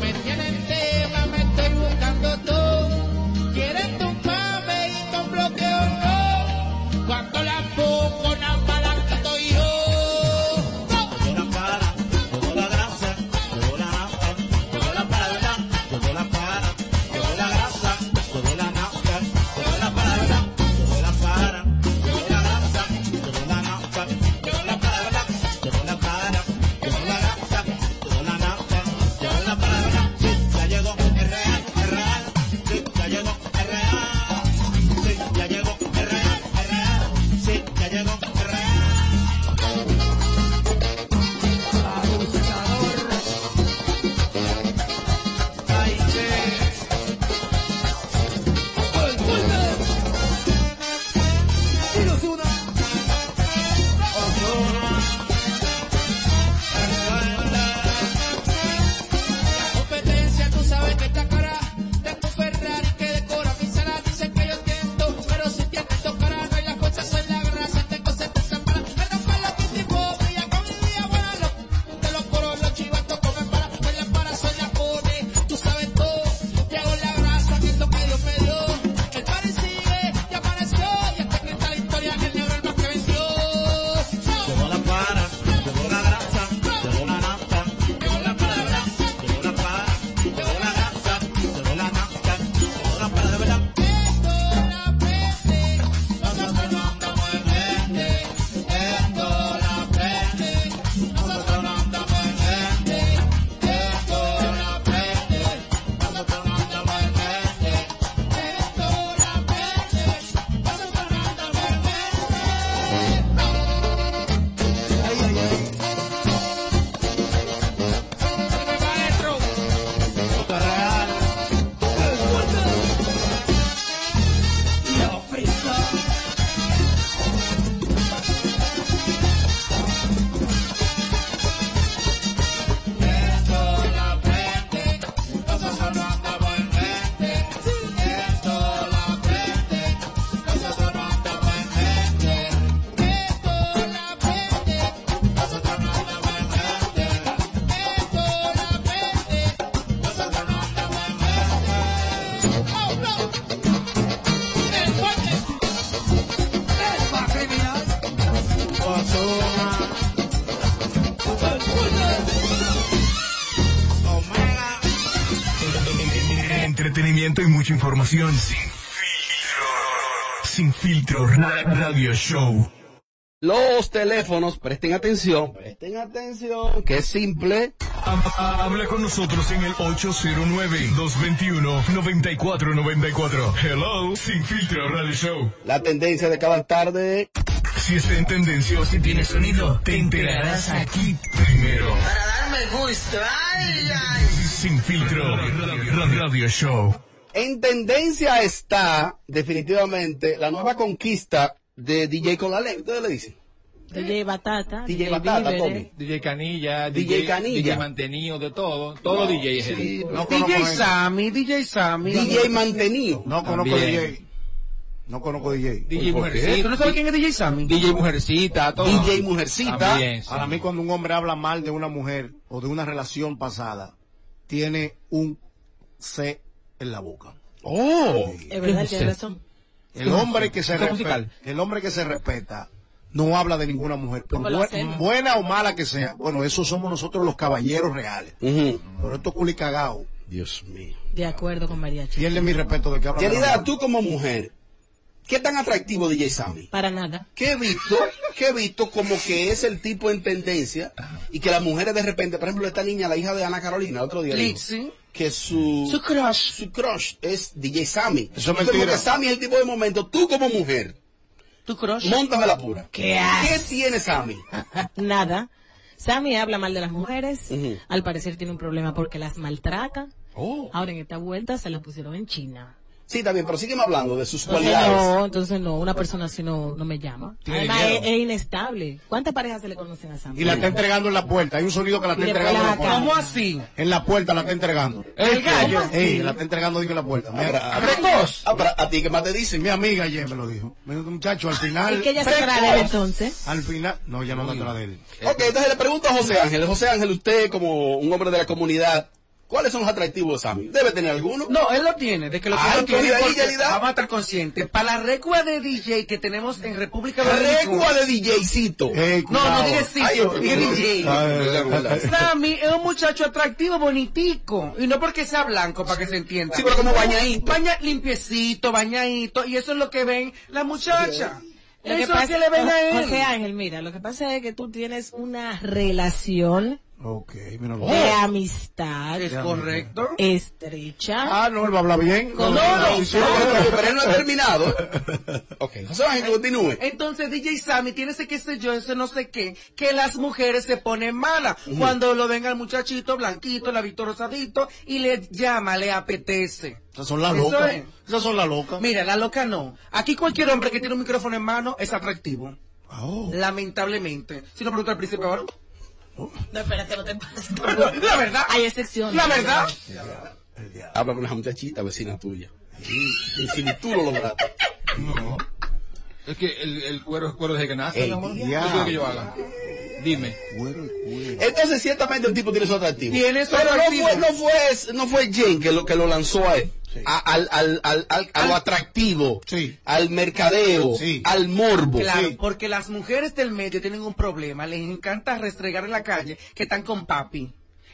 Speaker 2: me tienen tema, me estoy buscando todo, quieren tumbarme y con bloqueo no, cuando la pongo, la para que estoy yo. la para, la grasa, la nafta, la para, la para, la grasa, la nafta, la para, la para, la grasa, la nafta, la para, la para, la grasa, la nafta, la para, ya llegó, es real, es real, ya llegó, es real, ya llegó, es real, es real, ya llegó, es real. Ay, Y los una. La competencia, tú sabes que está cara. Tengo un Ferrari que decora mi sala. Dicen que yo tiento, pero si tiento cara, no hay la fuerza, soy la grasa. Tengo sentencia para. Me rompen los pitipos, brilla con mi día, bueno, los de los coros, los chivatos comen para. Soy la para, soy la pone, tú sabes todo. Llego la grasa, que es lo que Dios me dio. El party sigue, ya apareció, ya está escrita la historia, que el negro es más que venció. Llegó la para, llegó la grasa, llegó la nafta, llegó la palabra, llegó la para, llegó la grasa, llegó la nafta, llegó la para de verdad. Esto la prende, nosotros no andamos en vende. Esto la prende, nosotros no andamos en vende. Esto la prende, nosotros no andamos en vende. Esto la prende, nosotros no andamos en vende. Ay, ay, ay. Maestro. Esto es real. Yo, Friso. Esto la prende, nosotros no andamos en vende. Esto la prende, nosotros no andamos en vende. Esto la prende, nosotros no andamos en vende. Esto la prende, nosotros no andamos en vende. Oh no, el fuerte es más criminal. Ozuna, el
Speaker 18: Entretenimiento y mucha información. Sin filtro.
Speaker 10: Sin filtro ra- radio show.
Speaker 3: Los teléfonos, presten atención, presten atención, que es simple.
Speaker 10: Habla con nosotros en el 809-221-9494. Hello, Sin Filtro Radio Show.
Speaker 3: La tendencia de cada tarde.
Speaker 10: Si está en tendencia o si tiene sonido, te enterarás aquí primero.
Speaker 24: Para darme gusto. Ay, ay.
Speaker 10: Sin Filtro ra- Radio Show.
Speaker 3: En tendencia está, definitivamente, la nueva conquista de DJ con la ley. Ustedes le dicen.
Speaker 8: DJ Batata.
Speaker 3: DJ Batata, Tommy.
Speaker 8: Víveres.
Speaker 5: DJ Canilla,
Speaker 3: DJ Canilla.
Speaker 5: DJ Mantenido, de todo. Todo
Speaker 1: No,
Speaker 5: DJ es
Speaker 1: sí,
Speaker 5: él.
Speaker 1: no DJ Sammy, DJ Sammy.
Speaker 3: DJ Mantenido.
Speaker 7: No conozco DJ. No conozco DJ.
Speaker 5: DJ
Speaker 7: ¿Por qué?
Speaker 5: Mujercita.
Speaker 7: ¿Tú no sabes
Speaker 1: quién es DJ Sammy?
Speaker 5: DJ Mujercita, todo.
Speaker 7: DJ Mujercita.
Speaker 5: También, sí.
Speaker 7: Para mí, cuando un hombre habla mal de una mujer o de una relación pasada, tiene un C en la boca.
Speaker 3: ¡Oh!
Speaker 8: Es verdad, tienes razón.
Speaker 7: El hombre que se
Speaker 5: Es musical.
Speaker 7: respeta, el hombre que se respeta no habla de ninguna mujer, por
Speaker 8: Como lo
Speaker 7: buen-
Speaker 8: hacemos.
Speaker 7: buena o mala que sea. Bueno, eso somos nosotros los caballeros reales. Pero estos culicagaos,
Speaker 3: Dios mío.
Speaker 8: De acuerdo con Mariachi.
Speaker 7: pierden mi respeto de que hablan. de la
Speaker 3: Querida, tú como mujer, ¿qué tan atractivo DJ Sammy?
Speaker 8: Para nada.
Speaker 3: Que he visto, que he visto como que es el tipo en tendencia y que las mujeres de repente, por ejemplo, esta niña, la hija de Ana Carolina, otro día. dijo Que su, su crush su crush es DJ Sammy.
Speaker 7: Eso es
Speaker 3: Y como
Speaker 7: mentira.
Speaker 3: que Sammy es el tipo de momento, tú como mujer,
Speaker 1: tu crush.
Speaker 3: montame la pura.
Speaker 8: ¿Qué
Speaker 3: ¿Qué
Speaker 8: haces?
Speaker 3: tiene Sammy?
Speaker 8: Nada. Sammy habla mal de las mujeres. Al parecer tiene un problema porque las maltrata.
Speaker 3: Oh.
Speaker 8: Ahora en esta vuelta se la pusieron en China.
Speaker 3: Sí, está bien, pero sígueme hablando de sus
Speaker 8: Entonces
Speaker 3: cualidades.
Speaker 8: no, entonces no, una persona así no, no me llama.
Speaker 7: Tiene
Speaker 8: Además es,
Speaker 7: miedo.
Speaker 8: es inestable. ¿Cuántas parejas se le conocen a Sammy?
Speaker 7: Y la está entregando en la puerta. Hay un sonido que la está
Speaker 8: Y le
Speaker 7: entregando en la
Speaker 8: pela la
Speaker 7: puerta.
Speaker 8: cara. ¿Cómo
Speaker 1: así?
Speaker 7: En la puerta la está entregando.
Speaker 1: ¿El gallo?
Speaker 7: Ey, la está entregando digo, en la puerta. Mira,
Speaker 3: Precoz. A ti que más te dicen.
Speaker 7: mi amiga ayer me lo dijo. Me dijo, muchacho, al final.
Speaker 8: ¿Y que ella se
Speaker 7: precoz.
Speaker 8: agrade entonces?
Speaker 7: Al final. No, ya no anda atrás de él.
Speaker 3: Ok, entonces le pregunto a José Ángel. José Ángel, usted como un hombre de la comunidad, ¿cuáles son los atractivos de Sammy? ¿Debe tener alguno?
Speaker 1: No, él lo tiene, de que lo
Speaker 3: Ah,
Speaker 1: tiene, lo tiene,
Speaker 3: Florida,
Speaker 1: porque
Speaker 3: Florida.
Speaker 1: vamos a estar conscientes. Para la recua de DJ que tenemos en República Dominicana.
Speaker 3: Recua de DJcito.
Speaker 1: No, no digas sí,
Speaker 3: eh, Ay, eh, yo-
Speaker 1: dije DJ.
Speaker 3: Ay,
Speaker 1: Sammy es un muchacho atractivo, bonitico. Y no porque sea blanco, para que se entienda.
Speaker 3: Sí, pero como bañadito.
Speaker 1: Baña, limpiecito, bañadito. Y eso es lo que ven las muchachas.
Speaker 8: Lo
Speaker 1: Eso es lo que le ven a
Speaker 8: Jo-
Speaker 1: él.
Speaker 8: oh, José Ángel, mira, lo que pasa es que tú tienes una relación
Speaker 7: Ok, mira lo
Speaker 8: de amistad.
Speaker 1: Es correcto.
Speaker 8: Estrecha.
Speaker 7: Ah, no, él va a hablar bien.
Speaker 8: No, no,
Speaker 7: Sí, sí,
Speaker 3: no,
Speaker 7: sí.
Speaker 3: pero él no ha terminado. Ok, José Ángel, continúe.
Speaker 1: Entonces DJ Sammy tiene ese qué sé yo, ese no sé qué, que las mujeres se ponen malas cuando lo ven al muchachito blanquito, el hábito rosadito y le llama, le apetece.
Speaker 7: Esas son las
Speaker 1: Eso
Speaker 7: locas.
Speaker 1: es.
Speaker 7: Esas son las locas.
Speaker 1: Mira, la loca no. Aquí cualquier hombre que tiene un micrófono en mano es atractivo.
Speaker 7: Oh.
Speaker 1: Lamentablemente. Si no pregunta al príncipe ahora.
Speaker 8: No, espérate, no te pases.
Speaker 1: La verdad.
Speaker 8: Hay excepciones.
Speaker 1: La verdad.
Speaker 3: eh, Habla con una muchachita vecina tuya. Y si tú lo lograste.
Speaker 5: Es que el, el cuero es cuero desde que nace,
Speaker 3: El
Speaker 5: mi amor. ¿Qué
Speaker 3: diablo.
Speaker 5: quieres que yo haga? Dime.
Speaker 3: Entonces, ciertamente el tipo tiene su atractivo.
Speaker 1: Tiene su
Speaker 3: Pero
Speaker 1: atractivo.
Speaker 3: No fue, no fue, no fue Jane que lo, que lo lanzó a él. A, al, al, al, al- a lo atractivo, al mercadeo, al morbo.
Speaker 1: Claro, porque las mujeres del medio tienen un problema. Les encanta restregar en la calle que están con papi.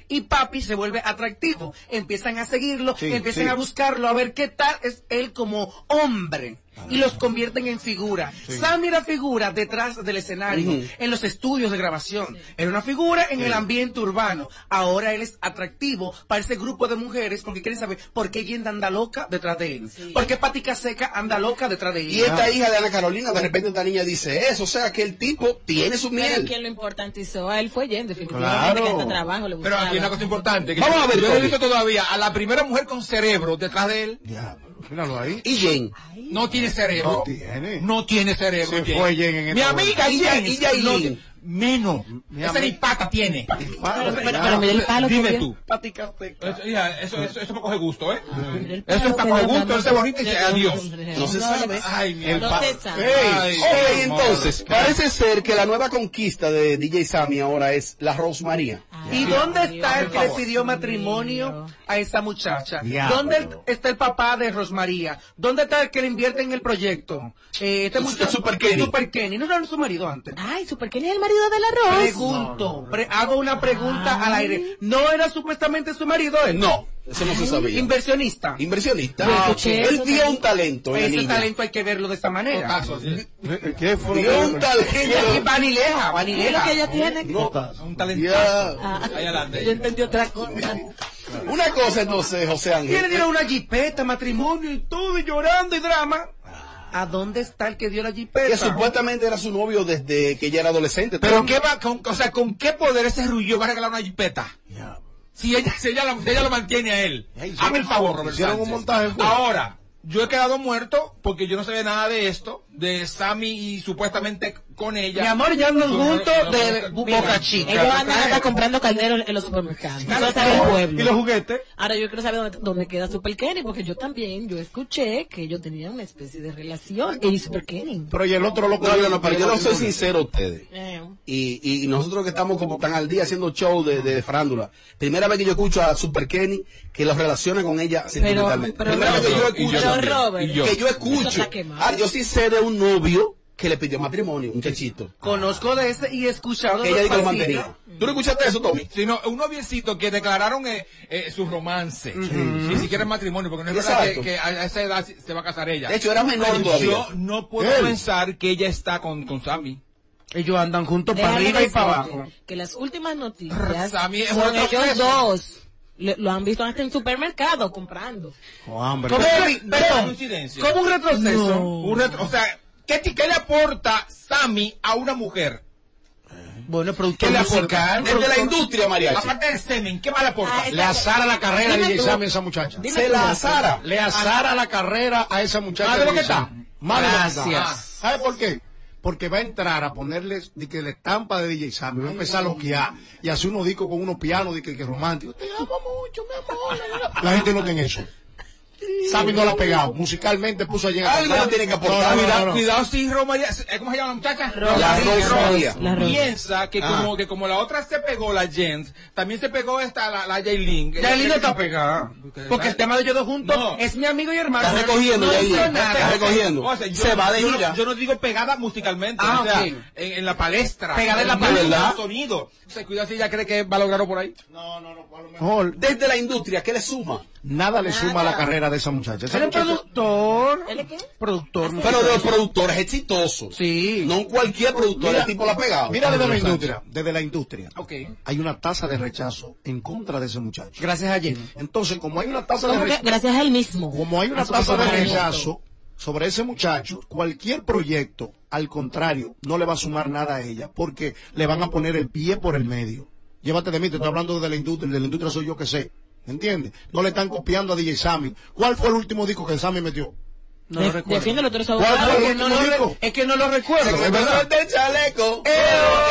Speaker 1: Y papi se vuelve atractivo. Empiezan a seguirlo,
Speaker 7: Sí,
Speaker 1: empiezan
Speaker 7: sí.
Speaker 1: a buscarlo, a ver qué tal es él como hombre. Y los convierten en figura. Sammy era figura detrás del escenario,
Speaker 7: Ujú.
Speaker 1: en los estudios de grabación. Era una figura en el ambiente urbano. Ahora él es atractivo para ese grupo de mujeres porque quieren saber por qué Yenda anda loca detrás de él. Por qué Patica Seca anda loca detrás de él.
Speaker 3: Y esta hija de Ana Carolina, de repente esta niña dice eso, o sea que el tipo tiene su
Speaker 8: Pero
Speaker 3: miel.
Speaker 8: quien lo importantizó a él fue Jen, definitivamente que
Speaker 5: Claro.
Speaker 8: hasta trabajo le
Speaker 5: Pero
Speaker 8: gustaba.
Speaker 5: aquí hay una cosa importante. que
Speaker 3: Vamos
Speaker 5: yo-
Speaker 3: a ver,
Speaker 5: Yo no he
Speaker 3: Tommy.
Speaker 5: visto todavía a la primera mujer con cerebro detrás de él.
Speaker 7: Míralo ahí.
Speaker 3: Y Jane.
Speaker 5: No tiene cerebro.
Speaker 7: No tiene.
Speaker 5: No tiene cerebro.
Speaker 7: Se fue Jen en
Speaker 5: Mi
Speaker 7: esta
Speaker 5: amiga
Speaker 3: vuelta.
Speaker 5: Jen.
Speaker 3: Y ya- y ya
Speaker 5: no
Speaker 3: Jen.
Speaker 5: te- menos. Esa ni pata tiene.
Speaker 7: Pero,
Speaker 1: pero- pero mira el palo que
Speaker 5: Dime
Speaker 1: tiene.
Speaker 5: tú.
Speaker 1: Patica Seca.
Speaker 5: Eso, hija, eso, eso, eso me coge gusto, ¿eh?
Speaker 8: El palo
Speaker 5: Eso es para
Speaker 8: que
Speaker 5: coger
Speaker 8: da
Speaker 5: gusto,
Speaker 8: mano-
Speaker 5: ese bonito y dice adiós.
Speaker 3: No se sabe.
Speaker 5: Ay, mi
Speaker 3: El
Speaker 8: No
Speaker 3: pa-
Speaker 8: se sabe.
Speaker 3: Ey,
Speaker 5: Ay,
Speaker 3: ok, entonces, parece ser que la nueva conquista de DJ Sammy ahora es la Rosmaría.
Speaker 8: Ah.
Speaker 1: ¿Y dónde está el que le pidió matrimonio a esa muchacha?
Speaker 3: Diablo.
Speaker 1: ¿Dónde el- está el papá de Rosmaría? ¿Dónde está el que le invierte en el proyecto? Eh, este
Speaker 3: El
Speaker 1: muchacho,
Speaker 3: Super Kenny.
Speaker 1: Super Kenny. ¿No era su marido antes?
Speaker 8: Ay, super Kenny es el marido del arroz.
Speaker 1: Pregunto, pre- hago una pregunta al aire. ¿No era supuestamente su marido él?
Speaker 3: No, Eso no se sabía.
Speaker 1: Inversionista.
Speaker 3: Inversionista.
Speaker 1: Yo
Speaker 3: Ah,
Speaker 1: escuché
Speaker 3: ok.
Speaker 1: eso
Speaker 3: Él vio
Speaker 1: también.
Speaker 3: un talento en la
Speaker 1: Ese
Speaker 3: niña.
Speaker 1: talento hay que verlo de esta manera.
Speaker 7: ¿Qué fue?
Speaker 3: Vio un
Speaker 1: Ella-
Speaker 3: talento.
Speaker 1: Vanileja,
Speaker 8: Es lo
Speaker 1: vanileja.
Speaker 8: que ella tiene.
Speaker 1: Un
Speaker 3: Ya.
Speaker 8: Ah,
Speaker 5: adelante.
Speaker 8: yo entendí otra cosa.
Speaker 3: Una cosa entonces, José Ángel.
Speaker 1: Quiere dieron una jipeta, matrimonio y todo, y llorando y drama. ¿A dónde está el que dio la jipeta?
Speaker 3: Ah. Que supuestamente era su novio desde que ella era adolescente.
Speaker 5: Pero qué va, con, o sea, ¿con qué poder ese rullo va a regalar una jipeta? Si ella, si ella, lo, si ella lo mantiene a él. Hazme el favor, Robert
Speaker 7: Hicieron un
Speaker 5: Sánchez.
Speaker 7: montaje, pues. fue.
Speaker 5: Ahora, yo he quedado muerto porque yo no sabía nada de esto, de Sammy y supuestamente con ella.
Speaker 1: Mi amor, ya andan
Speaker 5: Con-
Speaker 1: juntos
Speaker 5: no,
Speaker 1: de
Speaker 5: no,
Speaker 1: boca chica.
Speaker 8: Ellos andan hasta comprando carneros en los supermercados. Eso está en el pueblo.
Speaker 1: juguetes?
Speaker 8: Ahora yo quiero saber dónde, dónde queda Super Kenny, porque yo también, yo escuché que ellos tenían una especie de relación y Super Kenny.
Speaker 7: Pero y el otro loco.
Speaker 3: No, no, no, pero yo no soy sincero a ustedes.
Speaker 8: Eh,
Speaker 3: Y, y nosotros que estamos como tan al día haciendo show de, de frándula. Primera vez que yo escucho a Super Kenny que los relaciona con ella sentimentalmente.
Speaker 8: pero
Speaker 3: Primera
Speaker 8: Robert,
Speaker 3: vez que yo
Speaker 8: y yo
Speaker 3: escucho.
Speaker 8: también, Robert, y yo.
Speaker 3: Que yo
Speaker 8: Eso
Speaker 3: escucho.
Speaker 8: está quemado.
Speaker 3: Ah, yo sí sé de un novio que le pidió matrimonio, un chachito.
Speaker 1: Conozco de ese y he escuchado
Speaker 3: Que
Speaker 1: de
Speaker 3: ella dijo que lo
Speaker 1: pasillos.
Speaker 3: mantenía. ¿Tú no escuchaste eso, Tommy?
Speaker 5: Sí, no, un noviecito que declararon eh, eh, su romance, ni siquiera el matrimonio, porque no es verdad
Speaker 3: Exacto.
Speaker 5: que, que a esa edad se va a casar ella.
Speaker 3: De hecho, era menor
Speaker 5: Pero
Speaker 3: todavía.
Speaker 5: Yo no puedo
Speaker 3: Él.
Speaker 5: pensar que ella está con, con Sammy.
Speaker 1: Ellos andan juntos
Speaker 8: déjame
Speaker 1: para arriba y para
Speaker 8: decirte
Speaker 1: abajo.
Speaker 8: Que las últimas noticias
Speaker 5: Sammy es
Speaker 8: son
Speaker 5: otro
Speaker 8: ellos
Speaker 5: peso.
Speaker 8: dos. Le- lo han visto hasta en supermercado comprando.
Speaker 7: hambre.
Speaker 5: ¿Cómo,
Speaker 1: Pero-
Speaker 5: que-
Speaker 1: pero-
Speaker 5: perdón, coincidencia?
Speaker 1: ¿Cómo un retroceso?
Speaker 5: Un retro- o sea, ¿qué, ti- qué le aporta Sammy a una mujer?
Speaker 1: Bueno, productor
Speaker 5: ¿Qué le
Speaker 1: musical.
Speaker 5: aporta? Desde la
Speaker 1: productor-
Speaker 5: industria,
Speaker 3: mariachi.
Speaker 5: Aparte del semen, ¿qué más le aporta?
Speaker 1: Ah,
Speaker 7: Le azara la carrera de DJ Sammy a esa muchacha.
Speaker 3: Dime Se tú, la José. azara.
Speaker 1: Ah,
Speaker 7: Le azara la carrera a esa muchacha.
Speaker 5: Madre
Speaker 7: de
Speaker 5: lo que
Speaker 7: DJ
Speaker 5: está.
Speaker 7: Sammy. Madre lo que está.
Speaker 5: Gracias.
Speaker 7: ¿Sabe por qué? Porque va a entrar a ponerle de que la estampa de DJ Sammy. Va a empezar a loquear y hacer unos discos con unos pianos de que, que romántico. Te amo mucho, mi amor. La gente no tiene eso. Sammy no la ha pegado. Musicalmente puso ayer. a
Speaker 3: Algo
Speaker 7: cantar.
Speaker 3: le tiene que aportar.
Speaker 7: No, no, no,
Speaker 5: Cuidado,
Speaker 7: no.
Speaker 5: cuidado si Romaría, eh, ¿cómo se llama la muchacha?
Speaker 3: La Rose María. La Rose.
Speaker 5: Piensa que
Speaker 3: Ah.
Speaker 5: como que como la otra se pegó la Jens, también se pegó esta la, la Jailin.
Speaker 1: Yailin no está pegada. Porque el tema de ellos dos juntos
Speaker 5: No.
Speaker 1: es mi amigo y hermano.
Speaker 3: Está recogiendo,
Speaker 1: No
Speaker 3: Yailin.
Speaker 1: hizo
Speaker 3: Está
Speaker 1: nada.
Speaker 3: recogiendo.
Speaker 5: O sea, yo-
Speaker 3: Se va de
Speaker 5: yo no-
Speaker 3: gira.
Speaker 5: yo no digo pegada musicalmente,
Speaker 1: Ah,
Speaker 5: o sea,
Speaker 1: ok.
Speaker 5: en, en la palestra.
Speaker 1: Pegada en la
Speaker 5: el ritmo,
Speaker 3: palestra.
Speaker 5: el sonido. O sea, cuidado si ella cree que va a lograrlo por ahí.
Speaker 7: Mejor,
Speaker 3: Desde la industria, ¿qué le suma?
Speaker 7: Nada le suma a la carrera de esa muchacha. Esa
Speaker 1: Él es
Speaker 7: muchacha-
Speaker 1: productor.
Speaker 8: ¿Él es qué?
Speaker 1: Productor.
Speaker 3: Pero de los
Speaker 1: musical.
Speaker 3: productores exitosos.
Speaker 1: Sí.
Speaker 3: No cualquier productor, el tipo la ha pegado. Ah,
Speaker 7: Mira desde la
Speaker 3: Sánchez.
Speaker 7: industria, desde la industria.
Speaker 5: Ok.
Speaker 7: Hay una tasa de rechazo en contra de ese muchacho.
Speaker 1: Gracias a Jenny.
Speaker 7: Entonces, como hay una tasa de
Speaker 8: Como que
Speaker 7: rechazo,
Speaker 8: gracias a él mismo.
Speaker 7: como hay una
Speaker 8: A su
Speaker 7: tasa de
Speaker 8: propio
Speaker 7: rechazo sobre ese muchacho, cualquier proyecto, al contrario, no le va a sumar nada a ella, porque le van a poner el pie por el medio. Llévate de mí, te estoy hablando de la industria, de la industria soy yo que sé. ¿Entiendes? No le están copiando a DJ Sammy. ¿Cuál fue el último disco que Sammy metió?
Speaker 1: No lo
Speaker 8: De-
Speaker 1: recuerdo.
Speaker 8: defiéndelo, tú eres
Speaker 7: ¿Cuál
Speaker 8: abogado.
Speaker 7: fue el
Speaker 1: Es que
Speaker 7: último
Speaker 1: no lo re-
Speaker 7: disco?
Speaker 1: Es que no lo
Speaker 3: Se
Speaker 1: recuerdo.
Speaker 3: me
Speaker 1: ¿verdad? Eh.
Speaker 3: pasó el del chaleco.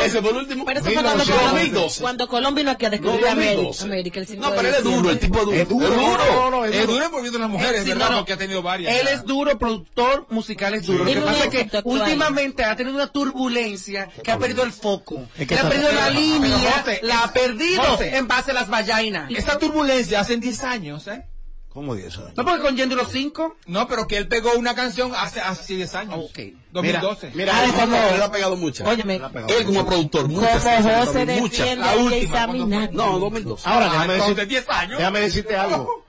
Speaker 3: Ese fue el último.
Speaker 8: Pero eso fue cuando,
Speaker 3: 1912.
Speaker 8: Colón- cuando Colón vino aquí a descubrir
Speaker 3: No,
Speaker 8: América.
Speaker 3: 2012.
Speaker 8: América el
Speaker 3: No,
Speaker 8: 5
Speaker 3: pero él es duro, el tipo es duro.
Speaker 7: Es duro, no, no, no, es
Speaker 5: Es
Speaker 7: duro.
Speaker 5: duro envolviendo a las mujeres,
Speaker 1: Sí,
Speaker 5: ¿verdad?
Speaker 1: no, no.
Speaker 5: Porque ha tenido varias.
Speaker 1: Él es duro, productor musical es duro. Lo que
Speaker 8: Dime
Speaker 1: pasa
Speaker 8: un
Speaker 1: es que
Speaker 8: concepto actual.
Speaker 1: últimamente ha tenido una turbulencia que ha perdido el foco.
Speaker 7: Es que
Speaker 1: Que ha
Speaker 7: está-
Speaker 1: perdido la
Speaker 5: Pero, pero,
Speaker 1: línea,
Speaker 5: José,
Speaker 1: la ha perdido
Speaker 5: José.
Speaker 1: en base a las vallainas.
Speaker 5: Esta turbulencia hace 10 años, ¿eh?
Speaker 7: ¿Cómo 10 años?
Speaker 1: ¿No porque con Yendo los cinco?
Speaker 5: No, pero que él pegó una canción hace, hace 10 años.
Speaker 1: Ok.
Speaker 5: 2012.
Speaker 3: Mira,
Speaker 8: Ah,
Speaker 3: él
Speaker 8: como-
Speaker 3: él ha pegado muchas.
Speaker 8: Óyeme,
Speaker 3: Él como productor,
Speaker 8: como
Speaker 3: muchas.
Speaker 8: José
Speaker 3: muchas.
Speaker 8: defiende
Speaker 3: La
Speaker 8: a Jay
Speaker 3: última.
Speaker 8: Sammy Nato.
Speaker 3: No, 2002.
Speaker 7: Ahora,
Speaker 5: Ah,
Speaker 7: déjame
Speaker 5: entonces,
Speaker 7: decirte,
Speaker 5: 10 años.
Speaker 7: déjame decirte algo.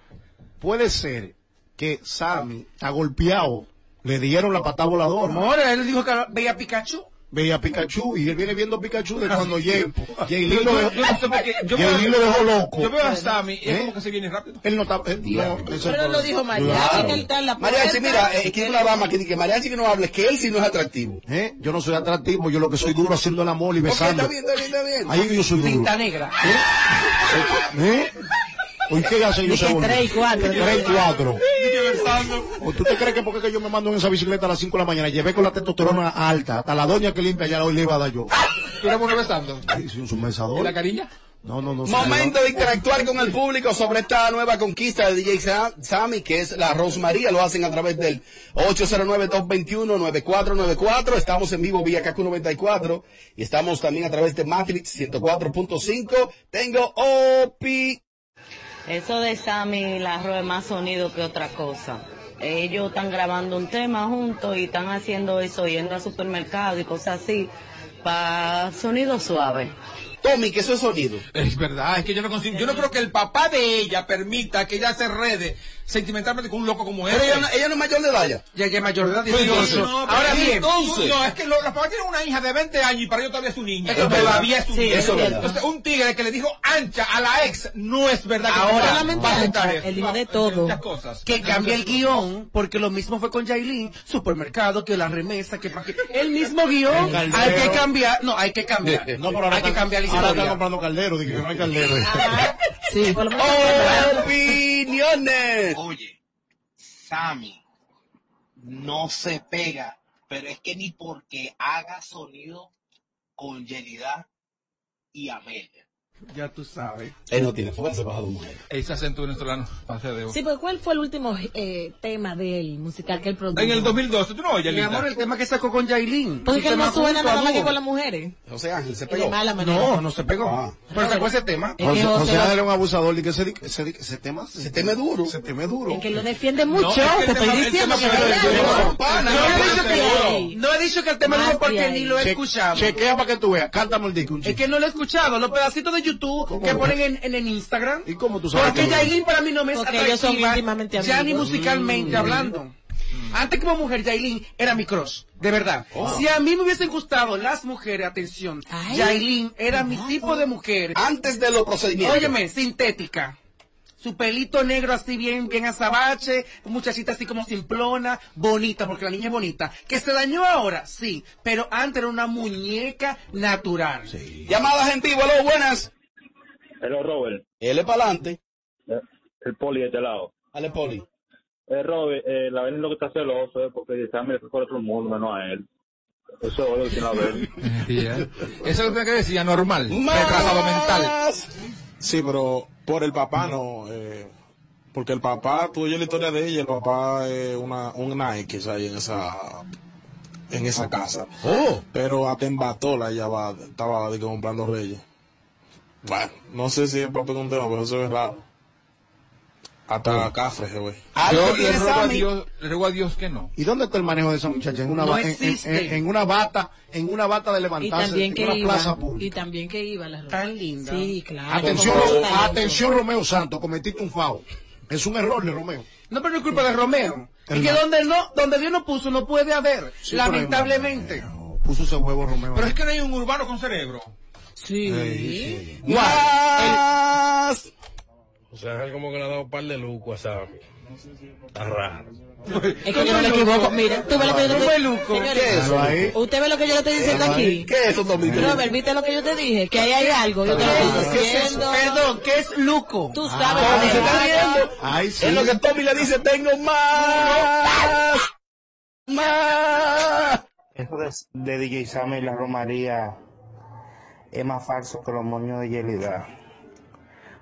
Speaker 7: Puede ser que Sammy está golpeado. Le dieron la patada voladora.
Speaker 1: Amor, él dijo que veía a Pikachu.
Speaker 7: Veía a Pikachu y él viene viendo a Pikachu de cuando llega.
Speaker 5: Yo,
Speaker 7: Jaylin lo
Speaker 5: yo-
Speaker 7: dejó,
Speaker 5: yo no sé por qué. Yo veo,
Speaker 7: Yailin lo dejó loco.
Speaker 5: yo veo a Sammy y
Speaker 7: ¿Eh?
Speaker 5: es como que se viene rápido.
Speaker 7: Él no está. él- no, ese es el
Speaker 8: Pero lo
Speaker 7: problema.
Speaker 8: dijo Mariachi,
Speaker 7: Claro.
Speaker 8: que él está en la
Speaker 3: Mariachi,
Speaker 8: puerta.
Speaker 3: mira, eh, que hay una dama que dice que Mariachi que no hable, que él sí no es atractivo.
Speaker 7: ¿Eh? Yo no soy atractivo, yo lo que soy duro haciendo el amor y
Speaker 3: Ok, está
Speaker 7: besando.
Speaker 3: bien, está bien, está bien.
Speaker 7: Ahí yo soy duro.
Speaker 1: Cinta negra.
Speaker 7: ¿Eh? ¿Oye qué hace yo
Speaker 8: Dije
Speaker 7: soy
Speaker 8: tres y cuatro.
Speaker 7: Tres y cuatro. ¿O tú te crees que porque yo me mando en esa bicicleta a las 5 de la mañana, llevé con la testosterona alta, hasta la doña que limpia ya hoy le iba a dar yo?
Speaker 5: ¿Tú eres bueno besando?
Speaker 7: Ay, soy un
Speaker 5: ¿Y la
Speaker 7: sumersador.
Speaker 5: cariña?
Speaker 7: No, no, no. soy
Speaker 3: Momento de interactuar con el público sobre esta nueva conquista de DJ Sa- Sammy, que es la Rosmaría. Lo hacen a través del 809-221-9494. Estamos en vivo vía Kaku 94 y estamos también a través de Matrix 104.5. Tengo OPI.
Speaker 12: Eso de Sammy Larro es más sonido que otra cosa. Ellos están grabando un tema juntos y están haciendo eso, yendo al supermercado y cosas así, para sonido suave.
Speaker 3: Tommy, que eso es sonido.
Speaker 5: Es verdad, es que yo no consigo- yo no creo que el papá de ella permita que ella se rede sentimentalmente con un loco como él.
Speaker 3: Pero ella no- ella no es mayor de edad ya.
Speaker 1: Ya, ya es mayor de edad,
Speaker 5: Pero
Speaker 1: 18.
Speaker 5: no, pero
Speaker 1: Ahora bien,
Speaker 5: entonces, no, es que lo- los papás tienen una hija de 20 años y para ellos todavía es su niña.
Speaker 1: Eso es verdad.
Speaker 5: todavía es su
Speaker 1: Sí,
Speaker 5: niña.
Speaker 1: eso es verdad.
Speaker 5: Entonces, un tigre que le dijo ancha a la ex no es verdad. que
Speaker 1: Ahora,
Speaker 5: no
Speaker 1: solamente
Speaker 5: va a
Speaker 1: ancha,
Speaker 5: aceptar eso.
Speaker 1: él dijo
Speaker 5: No,
Speaker 1: de todo.
Speaker 5: muchas cosas.
Speaker 1: que cambie el guión, porque lo mismo fue con Jailin, supermercado, que la remesa, que pa' que- el mismo guión,
Speaker 7: El caldero.
Speaker 1: hay que cambiar, no, hay que cambiar,
Speaker 7: No, pero ahora
Speaker 1: hay que
Speaker 7: están-
Speaker 1: cambiar la
Speaker 7: ahora están
Speaker 1: historia.
Speaker 7: comprando caldero, dije que no hay caldero.
Speaker 1: Sí, por lo menos-
Speaker 3: Opiniones.
Speaker 6: Oye, Sammy no se pega, pero es que ni porque haga sonido con Yelida y Amelia.
Speaker 1: Ya tú sabes.
Speaker 3: Él no tiene fuerza para una mujer.
Speaker 5: Ese acento venezolano. o sea, de-
Speaker 8: Sí, pues ¿cuál fue el último eh, tema del musical que él produjo?
Speaker 5: En el 2012, tú no oyes,
Speaker 1: Mi
Speaker 5: Linda.
Speaker 1: amor, el tema que sacó con Jailin.
Speaker 8: Porque él Pues no suena nada más que con
Speaker 1: la
Speaker 8: las mujeres.
Speaker 3: José Ángel se
Speaker 8: pegó. De mala manera.
Speaker 1: No, no se pegó. Pero sacó ese tema.
Speaker 8: Es que José-
Speaker 7: Ah. José Ángel era un abusador, dije ese, ese, ese tema. Se
Speaker 3: teme duro.
Speaker 7: Se teme duro.
Speaker 8: Que lo defiende mucho,
Speaker 7: es que el
Speaker 8: te
Speaker 7: tema-
Speaker 8: estoy
Speaker 7: el tema
Speaker 8: diciendo que
Speaker 7: se
Speaker 8: es
Speaker 7: ve-
Speaker 8: verdad.
Speaker 7: se ve- Pana,
Speaker 1: no, he
Speaker 7: no,
Speaker 1: dicho que,
Speaker 7: seguro.
Speaker 1: no he dicho que el tema
Speaker 7: Más
Speaker 1: no porque
Speaker 7: bien.
Speaker 1: ni lo he
Speaker 7: Che-
Speaker 1: escuchado.
Speaker 7: chequea para que tú veas. Cántame el disco. un
Speaker 1: Es que no lo he escuchado. Los pedacitos de YouTube que
Speaker 7: no?
Speaker 1: ponen en, en el Instagram.
Speaker 7: ¿Y cómo tú sabes
Speaker 1: Porque
Speaker 7: que no?
Speaker 1: Yailin para mí no me es
Speaker 8: Porque ellos son
Speaker 1: atractiva,
Speaker 8: íntimamente
Speaker 1: Ya ni
Speaker 8: amigos.
Speaker 1: musicalmente
Speaker 8: Mm.
Speaker 1: hablando.
Speaker 7: Mm.
Speaker 1: Antes como mujer, Yailin era mi crush. De verdad.
Speaker 8: Oh.
Speaker 1: Si a mí me hubiesen gustado las mujeres, atención. Yailin era mi tipo de mujer.
Speaker 3: Antes de los procedimientos.
Speaker 1: Óyeme, sintética. Su pelito negro así bien, bien azabache, muchachita así como simplona, bonita, porque la niña es bonita. Que se dañó ahora, sí, pero antes era una muñeca natural.
Speaker 3: Llamadas en vivo, aló, buenas.
Speaker 13: Hello, Robert.
Speaker 3: Él es para adelante.
Speaker 13: El poli de este lado.
Speaker 3: Dale, Poli.
Speaker 13: Eh, Robert, eh, la Belén lo que está celoso es porque dice, me fue por otro mundo, menos a él. Eso es obvio que la Belén.
Speaker 5: ¿eh? Eso es lo que decía, normal. Retrasado mental.
Speaker 14: Sí, pero por el papá no. eh, porque el papá, tú oyes la historia de ella, el papá es una, un Nike ahí en esa en esa casa.
Speaker 9: Oh.
Speaker 14: Pero hasta en Batola ella va, estaba de que, comprando reyes. Bueno, no sé si es papá un tema, pero eso es raro. Hasta Cafres, güey.
Speaker 3: Ah,
Speaker 5: Yo le ruego, a Dios, le ruego a Dios que no.
Speaker 7: ¿Y dónde está el manejo de esa muchacha? En una,
Speaker 5: No
Speaker 7: ba- en- en-
Speaker 5: existe.
Speaker 7: en- en una bata, en una bata de
Speaker 8: Y
Speaker 7: levantarse,
Speaker 8: también
Speaker 7: en
Speaker 8: que
Speaker 7: una plaza
Speaker 8: iba.
Speaker 7: pública.
Speaker 8: Y también que iba la Tan linda. Sí, claro.
Speaker 7: Atención,
Speaker 8: Como
Speaker 7: Ro-
Speaker 8: está.
Speaker 7: atención Romeo Santos, cometiste un fao. Es un error de Romeo.
Speaker 1: No, pero no es culpa de Romeo. Y que
Speaker 7: Hermano.
Speaker 1: donde no, donde Dios no puso, no puede haber,
Speaker 7: Sí,
Speaker 1: lamentablemente.
Speaker 7: Puso ese huevo Romeo.
Speaker 5: Pero es que no hay un urbano con cerebro.
Speaker 8: Sí.
Speaker 3: Más.
Speaker 9: O sea, él como que le ha dado un par de lucos a Sammy. Está raro.
Speaker 8: Es que yo no me equivoco. Mira, tú ves lo que yo te Señores,
Speaker 9: ¿Qué es eso? Ahí.
Speaker 8: Usted ve lo que yo le estoy diciendo
Speaker 9: Ahí.
Speaker 8: aquí.
Speaker 3: ¿Qué es eso, Domingo?
Speaker 8: Robert, ¿viste lo que yo te dije? Que ahí hay algo. Yo te lo estoy
Speaker 3: ¿Qué es
Speaker 8: diciendo.
Speaker 1: Perdón, ¿qué es Luco?
Speaker 8: Tú
Speaker 3: Ah,
Speaker 8: sabes.
Speaker 3: Tommy
Speaker 8: lo que
Speaker 3: se
Speaker 8: es.
Speaker 3: está riendo. Es lo que Tommy le dice, tengo más. Más.
Speaker 26: Eso de, de DJ Sammy y la Romaría es más falso que los moños de Yelida.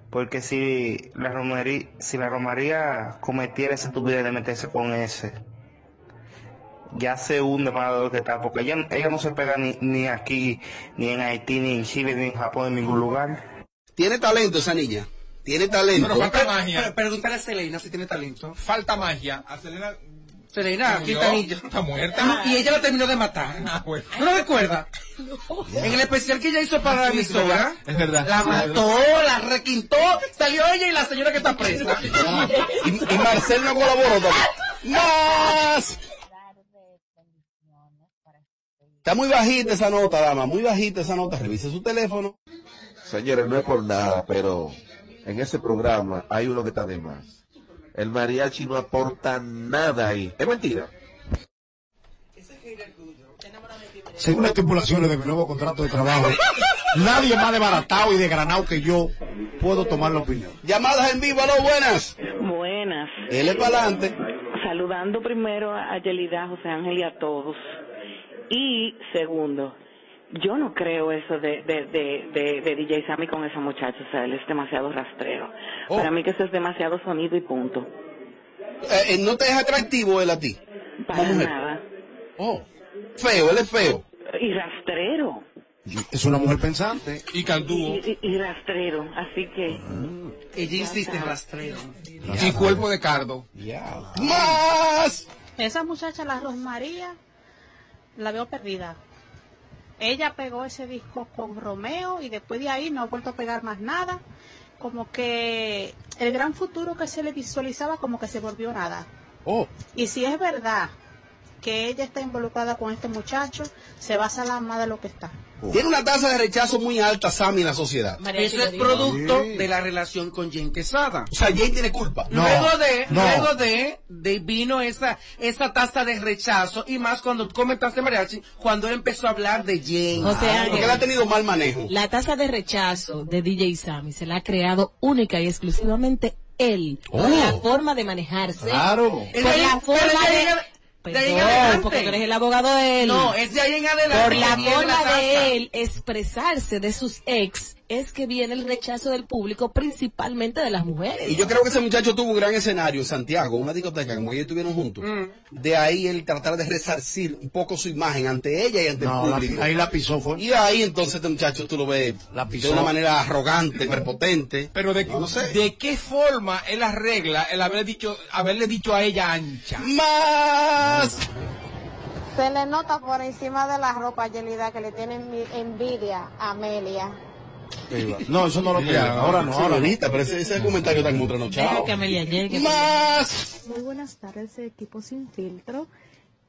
Speaker 26: Porque si la Romaría, si la Romaría cometiera esa estupidez de meterse con ese, ya se hunde más de lo que está, porque ella, ella no se pega ni, ni aquí, ni en Haití, ni en Chile, ni en Japón, en ningún lugar.
Speaker 3: Tiene talento esa niña. Tiene talento.
Speaker 5: Pero falta magia.
Speaker 1: Pero Pregúntale a Selena si tiene talento.
Speaker 5: Falta magia. A Selena.
Speaker 1: Selena,
Speaker 5: murió,
Speaker 1: Quintanilla.
Speaker 5: Está muerta. Ah,
Speaker 1: Y ella la terminó de matar. ¿No lo recuerda? En el especial que ella hizo para la
Speaker 5: Sí, es
Speaker 1: emisora,
Speaker 5: verdad, es verdad.
Speaker 1: la mató, la requintó, salió ella y la señora que está presa.
Speaker 3: Y, y Marcel no colaboró tampoco. ¡Más! Está muy bajita esa nota, dama. Muy bajita esa nota. Revise su teléfono.
Speaker 27: Señores, no es por nada, pero en ese programa hay uno que está de más. El mariachi no aporta nada ahí. Es mentira.
Speaker 7: Según las estipulaciones de mi nuevo contrato de trabajo, nadie más desbaratado y desgranado que yo puedo tomar la opinión.
Speaker 3: Llamadas en vivo, aló, buenas.
Speaker 28: Buenas.
Speaker 3: Él es pa'lante.
Speaker 28: Saludando primero a Yelida, José Ángel y a todos. Y segundo, yo no creo eso de, de, de, de, de DJ Sammy con esa muchacha. O sea, él es demasiado rastrero.
Speaker 3: Oh.
Speaker 28: Para mí que eso es demasiado sonido y punto.
Speaker 3: Eh, eh, ¿No te es atractivo él a ti?
Speaker 28: Para nada.
Speaker 3: Oh. Feo, él es feo.
Speaker 28: Y rastrero.
Speaker 7: Es una mujer pensante.
Speaker 5: Y cantúo.
Speaker 28: Y, y rastrero. Así que...
Speaker 1: Ah. Ella insiste en rastrero.
Speaker 5: Y cuerpo de cardo.
Speaker 3: ¡Más!
Speaker 29: Esa muchacha, la Rosmaría, la veo perdida.
Speaker 16: Ella pegó ese disco con Romeo y después de ahí no ha vuelto a pegar más nada. Como que el gran futuro que se le visualizaba como que se volvió nada. Y si es verdad que ella está involucrada con este muchacho, se va a salar más de lo que está.
Speaker 27: Oh.
Speaker 3: Tiene una tasa de rechazo muy alta, Sammy, en la sociedad.
Speaker 1: Eso es producto de la relación con Jen Quesada.
Speaker 3: O sea, Jen tiene culpa.
Speaker 7: No,
Speaker 1: luego de,
Speaker 7: no.
Speaker 1: luego de, de vino esa, esa tasa de rechazo y más cuando tú comentaste mariachi, cuando él empezó a hablar de Ah, Jen.
Speaker 8: O sea, Porque él ha tenido
Speaker 3: mal manejo.
Speaker 8: La tasa de rechazo de DJ Sammy se la ha creado única y exclusivamente él. Por
Speaker 1: Oh.
Speaker 8: la forma de manejarse.
Speaker 1: Claro.
Speaker 8: Por
Speaker 1: Es de ahí-
Speaker 8: la
Speaker 1: pero es
Speaker 8: forma
Speaker 1: de ahí
Speaker 8: de...
Speaker 1: en- de ahí en
Speaker 8: Perdón,
Speaker 1: adelante.
Speaker 8: porque tú eres el abogado de él.
Speaker 1: No, es de ahí en adelante
Speaker 8: Por la
Speaker 1: que viene la
Speaker 8: forma
Speaker 1: tasa.
Speaker 8: de él expresarse de sus ex es que viene el rechazo del público, principalmente de las mujeres.
Speaker 3: Y yo creo que ese muchacho tuvo un gran escenario en Santiago, una discoteca, como ellos estuvieron juntos.
Speaker 1: Mm.
Speaker 3: De ahí él tratar de resarcir un poco su imagen ante ella y ante
Speaker 7: No,
Speaker 3: el
Speaker 7: la-
Speaker 3: público.
Speaker 7: ahí la pisó fue.
Speaker 3: Y ahí entonces este muchacho tú lo ves de una manera arrogante, prepotente.
Speaker 5: Pero de,
Speaker 3: No sé.
Speaker 5: ¿de qué forma él arregla el haber dicho, haberle dicho a ella ancha?
Speaker 3: ¡Más!
Speaker 16: Se le nota por encima de la ropa, Yelida, que le tiene envi- envidia a Amelia.
Speaker 7: No, eso no lo creo. Ahora no, ahora no.
Speaker 3: Señorita, pero ese, ese comentario tan contra no, chao. ¡Más!
Speaker 14: Muy buenas tardes, equipo sin filtro.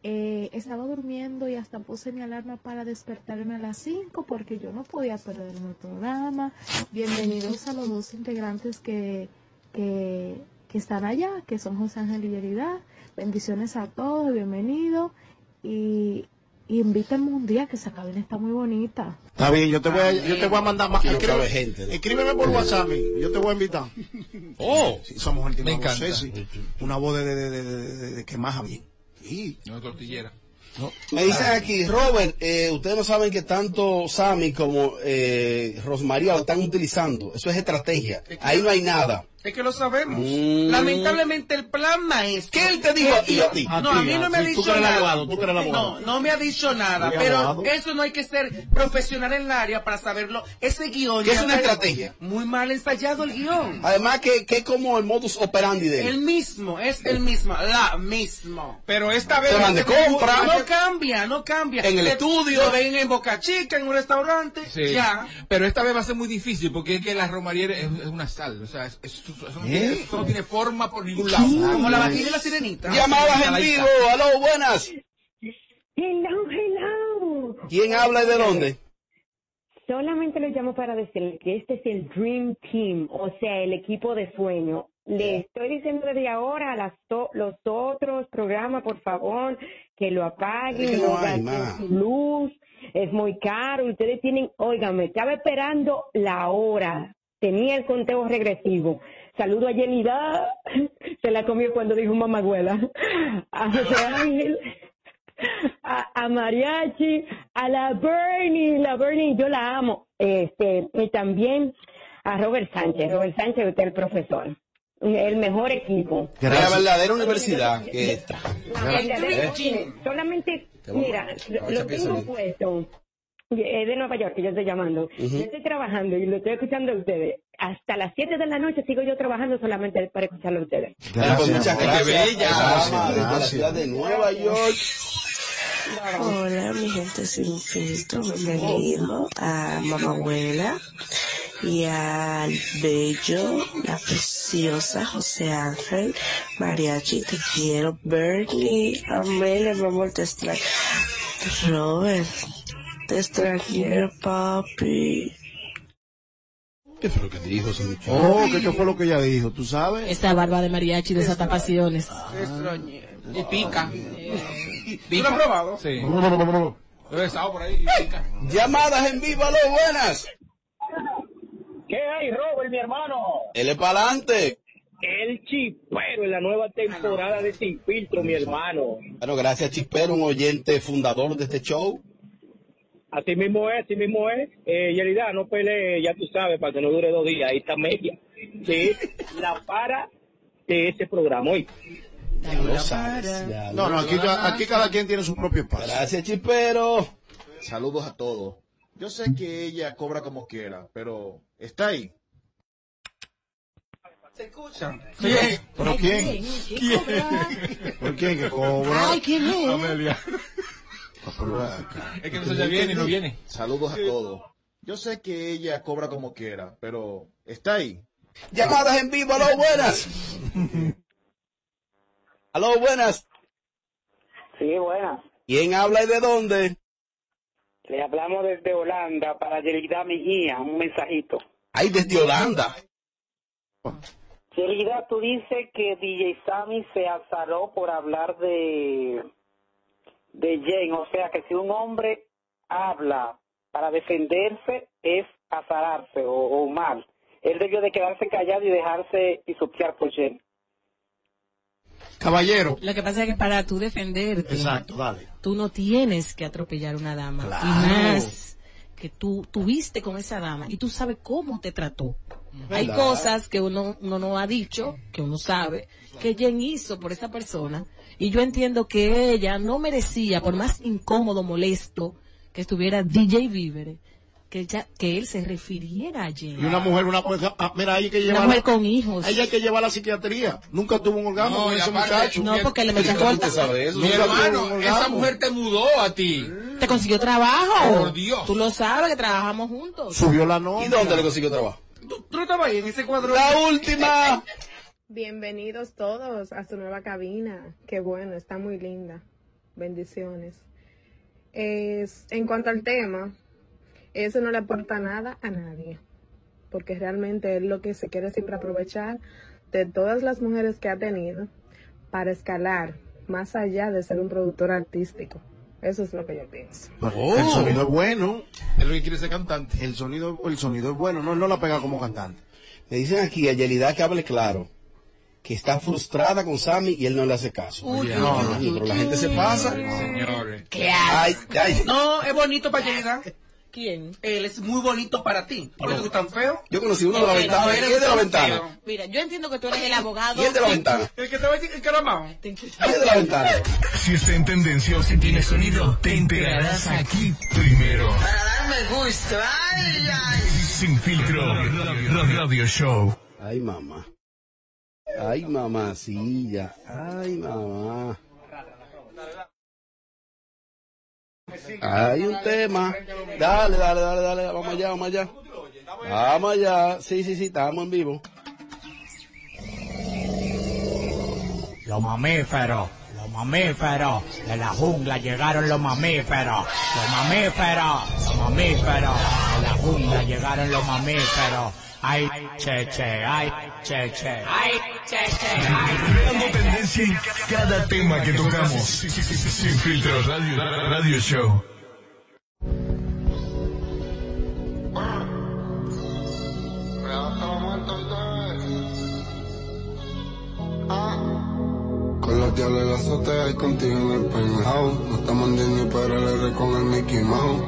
Speaker 14: Eh, estaba durmiendo y hasta puse mi alarma para despertarme a las 5 porque yo no podía perderme el programa. Bienvenidos a los dos integrantes que, que, que están allá, que son José Ángel y Yerida. Bendiciones a todos, bienvenido. Y, y invítenme un día que esa cabina está muy bonita.
Speaker 7: Está bien, yo te voy a, yo te voy a mandar más.
Speaker 3: Aquí no
Speaker 7: Escríbeme,
Speaker 3: cabe gente, ¿no?
Speaker 7: escríbeme por WhatsApp, mi, yo te voy a invitar.
Speaker 3: Oh,
Speaker 7: Sí, esa mujer tiene
Speaker 5: Me
Speaker 7: una voz
Speaker 5: encanta.
Speaker 7: sexy, una voz de, de, de, de, de- de- de que maja bien. Sí.
Speaker 5: No, tortillera.
Speaker 3: Me dicen aquí, Robert, eh, ustedes no saben que tanto Sammy como eh, Rosmaría lo están utilizando. Eso es estrategia. Ahí no hay nada.
Speaker 1: Es que lo sabemos.
Speaker 3: Mm.
Speaker 1: Lamentablemente el plan maestro. ¿Qué él
Speaker 3: te dijo a ti, a ti?
Speaker 1: No, a mí no
Speaker 3: Sí,
Speaker 1: me ha
Speaker 3: tú
Speaker 1: dicho
Speaker 3: que eres el
Speaker 1: nada.
Speaker 3: abogado, tú que eres el abogado.
Speaker 1: No, no me ha dicho nada.
Speaker 3: Sí,
Speaker 1: Pero
Speaker 3: abogado.
Speaker 1: eso no hay que ser profesional en el área para saberlo. Ese guión.
Speaker 3: Que es
Speaker 1: ya
Speaker 3: una
Speaker 1: está-
Speaker 3: estrategia.
Speaker 1: Muy mal ensayado el guión.
Speaker 3: Además que, que es como el modus operandi de él.
Speaker 1: El mismo, es el mismo, la mismo.
Speaker 5: Pero Pues esta
Speaker 3: vez- Se van de compra.
Speaker 1: No cambia, no cambia.
Speaker 5: En el
Speaker 1: Te-
Speaker 5: estudio.
Speaker 1: Lo ven en Boca Chica, en un restaurante.
Speaker 5: Sí.
Speaker 1: Ya.
Speaker 5: Pero esta vez va a ser muy difícil porque es que la romaría es, es una sal. O sea, es- es- eso, no tiene, eso no tiene forma por ningún lado.
Speaker 1: Como la batida de la sirenita.
Speaker 3: Llamadas en vivo, aló, buenas.
Speaker 28: Hello, hello.
Speaker 3: ¿Quién habla y de dónde?
Speaker 28: Solamente les llamo para decirles que este es el Dream Team, o sea, el equipo de sueño. Le estoy diciendo desde ahora a las to- los otros programas, por favor, que lo
Speaker 3: Es que
Speaker 28: apaguen,
Speaker 3: no
Speaker 28: no
Speaker 3: hay
Speaker 28: gasten
Speaker 3: más.
Speaker 28: su luz, es muy caro. Ustedes tienen, óigame, estaba esperando la hora. Tenía el conteo regresivo. Saludo a Yenida. Se la comió cuando dijo mamagüela. A José Ángel a, a Mariachi, a la Bernie, la Bernie yo la amo, este, y también a Robert Sánchez, Robert Sánchez usted es el profesor, el mejor equipo.
Speaker 3: La verdadera universidad que está.
Speaker 28: Solamente- Este, Solamente,
Speaker 3: Qué bueno.
Speaker 28: mira, lo-
Speaker 3: Ahorita
Speaker 28: lo
Speaker 3: pienso
Speaker 28: tengo
Speaker 3: en-
Speaker 28: puesto, es de Nueva York que yo estoy llamando, yo estoy trabajando y lo estoy escuchando a ustedes, hasta las 7 de la noche sigo yo trabajando solamente para escucharlo a ustedes.
Speaker 3: Bueno, pues, muchas gracias.
Speaker 5: bella.
Speaker 3: Gracias,
Speaker 5: Gracias.
Speaker 3: desde la ciudad de Nueva York.
Speaker 30: Hola, mi gente sin filtro, bienvenido a Mamabuela y al bello, la preciosa José Ángel, Mariachi, te quiero, Bernie, Amelia, mi amor, te extraño. Robert, te extraño, papi.
Speaker 3: ¿Qué fue lo que dijo ese muchacho?
Speaker 7: Oh, ¿qué, qué fue lo que ella dijo? ¿Tú sabes?
Speaker 8: Esa barba de mariachi desata pasiones.
Speaker 5: Y pica.
Speaker 1: ¿Tú lo has probado?
Speaker 5: Sí. Lo he besado por ahí y pica.
Speaker 3: Llamadas en vivo, aló, buenas.
Speaker 31: ¿Qué hay, Robert, mi hermano?
Speaker 3: Él es para adelante.
Speaker 31: El chipero en la nueva temporada de Sin Filtro, mi hermano.
Speaker 3: Bueno, gracias, Chispero, un oyente fundador de este show.
Speaker 31: Así mismo es, así mismo es. Eh, Yelida, no pelee, ya tú sabes, para que no dure dos días. Ahí está media. Que es la para de ese programa hoy.
Speaker 3: Lo sabes, ya
Speaker 7: No,
Speaker 3: lo
Speaker 7: no, aquí,
Speaker 3: sabes.
Speaker 7: ca- aquí cada quien tiene su propio espacio.
Speaker 3: Gracias, Chispero.
Speaker 32: Saludos a todos. Yo sé que ella cobra como quiera, pero está ahí.
Speaker 1: ¿Se escuchan?
Speaker 7: ¿Quién? ¿Pero quién? ¿Por quién que cobra?
Speaker 1: Ay, ¿quién es?
Speaker 7: Amelia.
Speaker 5: Es que no se ya viene y no viene.
Speaker 33: Saludos a todos. Yo sé que ella cobra como quiera, pero está ahí.
Speaker 3: Llamadas en vivo, aló, buenas. aló, buenas.
Speaker 1: Sí, buenas.
Speaker 3: ¿Quién habla y de dónde?
Speaker 1: Le hablamos desde Holanda para Yerida Mejía, un mensajito.
Speaker 3: Ay, desde Holanda.
Speaker 1: Yerida, tú dices que DJ Sammy se azaró por hablar de, de Jane. O sea, que si un hombre habla para defenderse, es azararse o, o mal. Él debió de quedarse callado y dejarse y pisotear por Jane.
Speaker 7: Caballero.
Speaker 8: Lo que pasa es que para tú defenderte,
Speaker 7: Exacto, dale.
Speaker 8: tú no tienes que atropellar una dama.
Speaker 7: Claro.
Speaker 8: Y más que tú tuviste con esa dama y tú sabes cómo te trató. Hay
Speaker 34: ¿Verdad?
Speaker 8: cosas que uno, uno no ha dicho, que uno sabe, que Jen hizo por esa persona. Y yo entiendo que ella no merecía, por más incómodo, molesto que estuviera DJ Vivere, que, ella- que él se refiriera a Jen.
Speaker 7: Y una mujer, una mujer, ah, mira, ahí hay que
Speaker 8: Una
Speaker 7: llevar.
Speaker 8: mujer con hijos.
Speaker 5: Pues
Speaker 7: Ahí hay que llevar a la psiquiatría. Nunca tuvo un orgasmo
Speaker 5: No,
Speaker 7: con
Speaker 5: y
Speaker 7: ese
Speaker 5: aparte-
Speaker 7: muchacho.
Speaker 5: No, porque le metió
Speaker 7: ¿Cómo
Speaker 5: golpe.
Speaker 7: usted sabe eso?
Speaker 5: Mi
Speaker 7: Nunca tuvo
Speaker 5: hermano,
Speaker 7: un orgasmo.
Speaker 5: esa mujer te mudó a ti.
Speaker 8: Te consiguió trabajo.
Speaker 5: Por Dios.
Speaker 8: Tú lo sabes que trabajamos juntos.
Speaker 7: Subió la nómina.
Speaker 3: ¿Y dónde le consiguió trabajo?
Speaker 6: Tú estabas ahí en ese cuadro.
Speaker 3: La última.
Speaker 16: Bienvenidos todos a su nueva cabina. Qué bueno, está muy linda. Bendiciones. Es- en cuanto al tema, eso no le aporta nada a nadie, porque realmente él lo que se quiere siempre aprovechar de todas las mujeres que ha tenido para escalar más allá de ser un productor artístico. Eso es lo que yo pienso.
Speaker 7: El sonido es bueno.
Speaker 5: Oh. Es lo que quiere ser cantante.
Speaker 7: El sonido, el sonido es bueno. No, él no la pega como cantante.
Speaker 3: Me dicen aquí a Yelida que hable claro, que está frustrada con Sammy y él no le hace caso.
Speaker 6: Uy,
Speaker 3: no,
Speaker 6: uy,
Speaker 3: no,
Speaker 6: uy,
Speaker 3: pero la gente se
Speaker 6: uy.
Speaker 3: pasa.
Speaker 5: Señores.
Speaker 6: ¿Qué
Speaker 3: Ay,
Speaker 6: haces?
Speaker 3: ay.
Speaker 6: No, es bonito para Yelida.
Speaker 8: ¿Quién?
Speaker 6: Él es muy bonito para ti. ¿Por qué tú eres tan feo?
Speaker 3: Yo conocí uno de la
Speaker 6: Él-
Speaker 3: ventana.
Speaker 6: él
Speaker 3: ¿Quién es de la
Speaker 6: tan
Speaker 3: ventana?
Speaker 6: feo.
Speaker 8: Mira, yo entiendo que tú eres el abogado.
Speaker 3: ¿Y el de la ventana?
Speaker 6: El que estaba encaramado.
Speaker 3: de la ventana.
Speaker 18: Si está en tendencia o si tiene sonido, te enterarás aquí primero.
Speaker 24: Para darme gusto, ay, ay.
Speaker 18: Sin filtro, radio show.
Speaker 3: Ay, mamá. Ay, mamacilla. Ay, mamá. Hay un tema. Dale, dale, dale, dale. Vamos allá, vamos allá. Vamos allá. Sí, sí, sí, estamos en vivo.
Speaker 23: Los mamíferos, los mamíferos, de la jungla llegaron los mamíferos, los mamíferos, los mamíferos, de la jungla llegaron los mamíferos. Ay, che, che, ay, che, che.
Speaker 24: Ay, che, che, ay.
Speaker 18: Creando tendencia en cada tema que tocamos. Sin filtro, radio, radio show.
Speaker 11: Ah. Con los diablos en la azotea y contigo en el penthouse. No estamos en Disney, pero el R con el Mickey Mouse.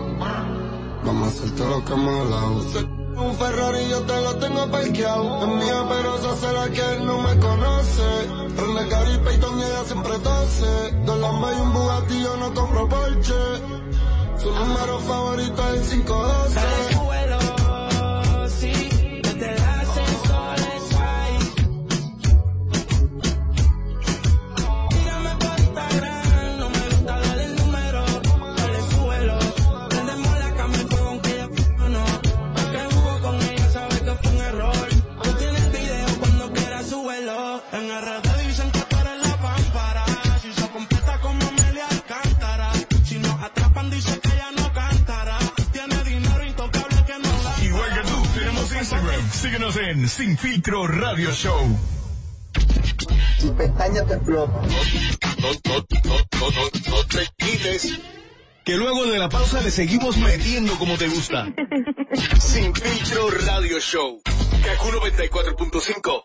Speaker 11: Vamos a hacerte lo que hemos hablado. Un Ferrari yo te lo tengo parqueado. Es mía, pero esa será que él no me conoce. Prende Gary Payton y ella siempre tose. Dos Lambas y un Bugatti, yo no compro Porsche. Su número favorito es el 512.
Speaker 2: En el RD dicen que tú eres la pámpara. Si se completa como Amelia Alcántara. Si nos atrapan, dice que ella no cantará. Tiene dinero intocable que no da.
Speaker 18: Igual que tú, tenemos Instagram. Síguenos en Sin Filtro Radio Show.
Speaker 11: Tu pestaña te explota.
Speaker 18: No te quites. Que luego de la pausa le seguimos metiendo como te gusta. Sin Filtro Radio Show. Kaku 94.5.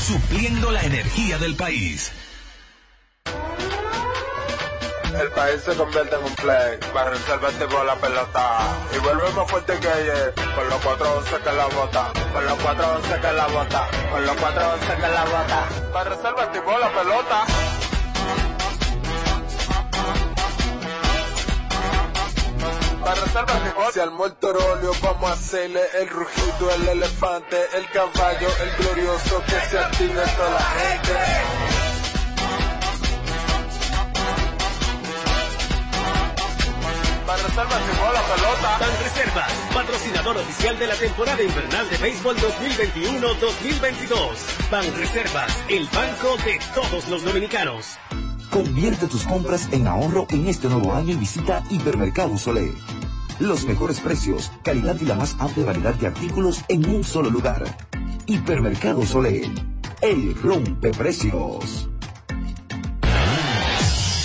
Speaker 10: supliendo la energía del país.
Speaker 25: El país se convierte en un play, para salvarte por la pelota. Y vuelve más fuerte que ayer, con los cuatro once que la bota, con los cuatro once que la bota, con los cuatro once que la bota. Para salvarte por la pelota. Si al óleo vamos a hacerle el rugido, el elefante, el caballo, el glorioso que se active toda la gente. Banreservas llevó la pelota.
Speaker 12: Banreservas, patrocinador oficial de la temporada invernal de béisbol 2021-2022. Banreservas, el banco de todos los dominicanos.
Speaker 13: Convierte tus compras en ahorro en este nuevo año y visita Hipermercado Solé. Los mejores precios, calidad y la más amplia variedad de artículos en un solo lugar. Hipermercado Solé, el rompe precios.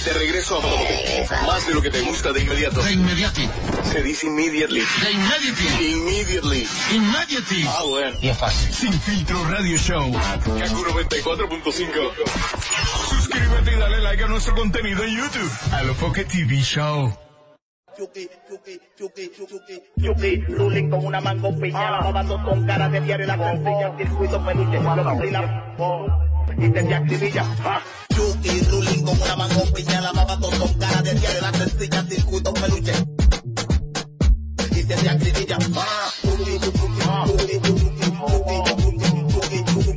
Speaker 13: De regreso a todo. Más de lo que te gusta de inmediato. De inmediato. Se dice immediately. De immediately. Immediately. Immediately. Ah, bueno. Y es fácil. Sin filtro radio show. Kaku 94.5.
Speaker 9: Suscríbete y dale like a nuestro contenido en YouTube. A lo Foque TV Show.
Speaker 15: Yuki, ruling con una mango piña, la moda dos con cara de diario, la sencilla, circuito, peluche, golosina, y te activilla, ah.
Speaker 6: Yuki, ruling con una mango piña, la baba dos con cara de diario, la sencilla, circuito, peluche. Y te hacía acribilla, ah. Yuki, yuki, yuki, yuki, yuki, yuki, yuki, yuki,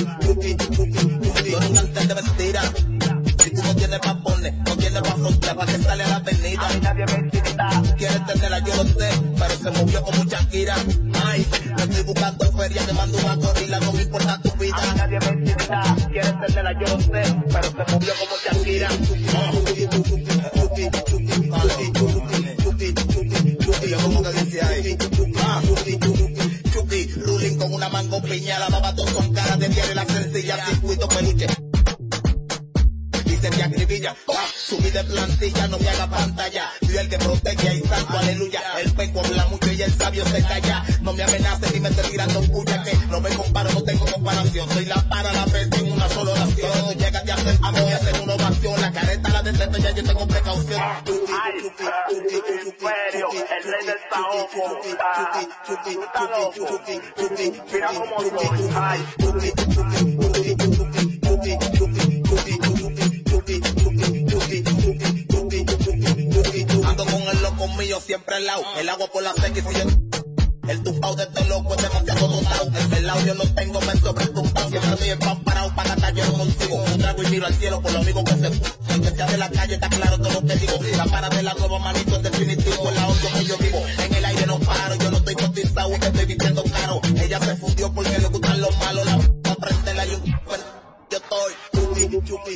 Speaker 6: yuki, yuki. Yo nunca antes de mentira. Si tú no tienes papones, no tienes pa' frontear, pa' que sale a la avenida. Quieres tenerla, yo lo sé, pero se movió como Shakira. Ay, no estoy buscando feria, te mando una gorila, no me importa tu vida. nadie me entienda, quieres tenerla, yo lo sé, pero se movió como Shakira. Yo como que dice ahí, ah, chuki, chuki, chuki, ruling con una mango piña, la baba dos con cara de diario, la sencilla, circuito peluche. Dice que acribilla, ah, subí de plantilla, no me haga pantalla. Soy el que protege y santo, aleluya. El peco habla mucho y el sabio se calla. No me amenaces ni me esté tirando puya, que no me comparo, no tengo comparación. Soy la para, la vez en una sola oración. Cuando llegas te hacer a mí, hacer una ovación. La careta la detesto, ya yo tengo precaución.
Speaker 15: Ah,
Speaker 6: Ay,
Speaker 15: Imperio, el rey del saoco, ah, tú estás loco, mira cómo soy, ay,
Speaker 6: Ando con el loco mío siempre al lado. El agua por la seca y si yo... El tumbao de este loco es demasiado dotado. El velado yo no tengo, me sobre tumbao. Siempre estoy empamparado para gastar, yo no consigo. Un trago y miro al cielo por los amigos que se... El que sea de la calle está claro todo lo que digo. La para de la nueva manito es definitivo. En la onda que yo vivo. En el aire no paro, yo no estoy cotizado. Te estoy vistiendo caro. Ella se fundió porque le gustan los malos. La p*** prende la yo... Yo estoy...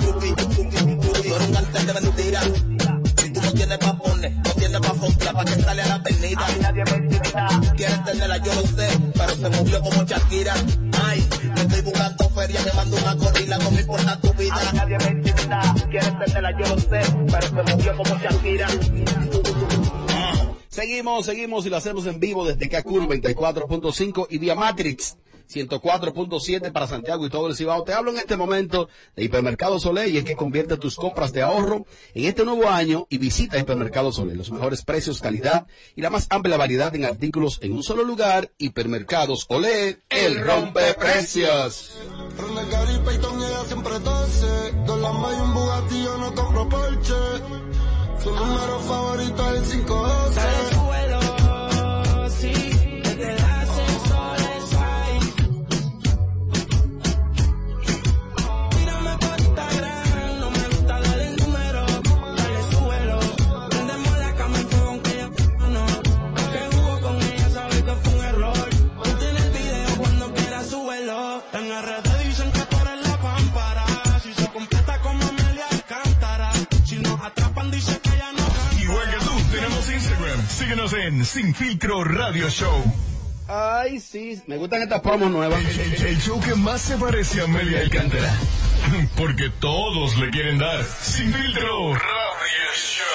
Speaker 6: Tú eres un cartel de mentira. Si tú no tienes papones, no tienes pa' frontear, pa' que sale a la avenida. Quieres tenerla, yo lo sé, pero se movió como Shakira. Ay, me estoy buscando feria, me mando una gorila, no me importa tu vida. nadie me Quieres tenerla, yo lo sé, pero se movió como Shakira.
Speaker 3: Seguimos, seguimos y lo hacemos en vivo desde Kakur 24.5 y vía Matrix 104.7 para Santiago y todo el Cibao. Te hablo en este momento de Hipermercado Soleil, el que convierte tus compras de ahorro en este nuevo año y visita Hipermercado Soleil. Los mejores precios, calidad y la más amplia variedad en artículos en un solo lugar. Hipermercados Olé, el rompe precios.
Speaker 9: Renegade y Peyton, ella siempre tose. Dolamba y un Bugatti, yo no compro Porsche. Su número favorito es el 512.
Speaker 24: Mírame por Instagram, no me gusta darle el número, dale suelo. Prendemos la cama y fuego aunque ya no
Speaker 10: Escúchanos en Sin Filtro Radio Show.
Speaker 3: Ay, sí, me gustan estas promos nuevas.
Speaker 10: El, el show que más se parece a Amelia Alcántara. Porque todos le quieren dar. Sin Filtro Radio Show.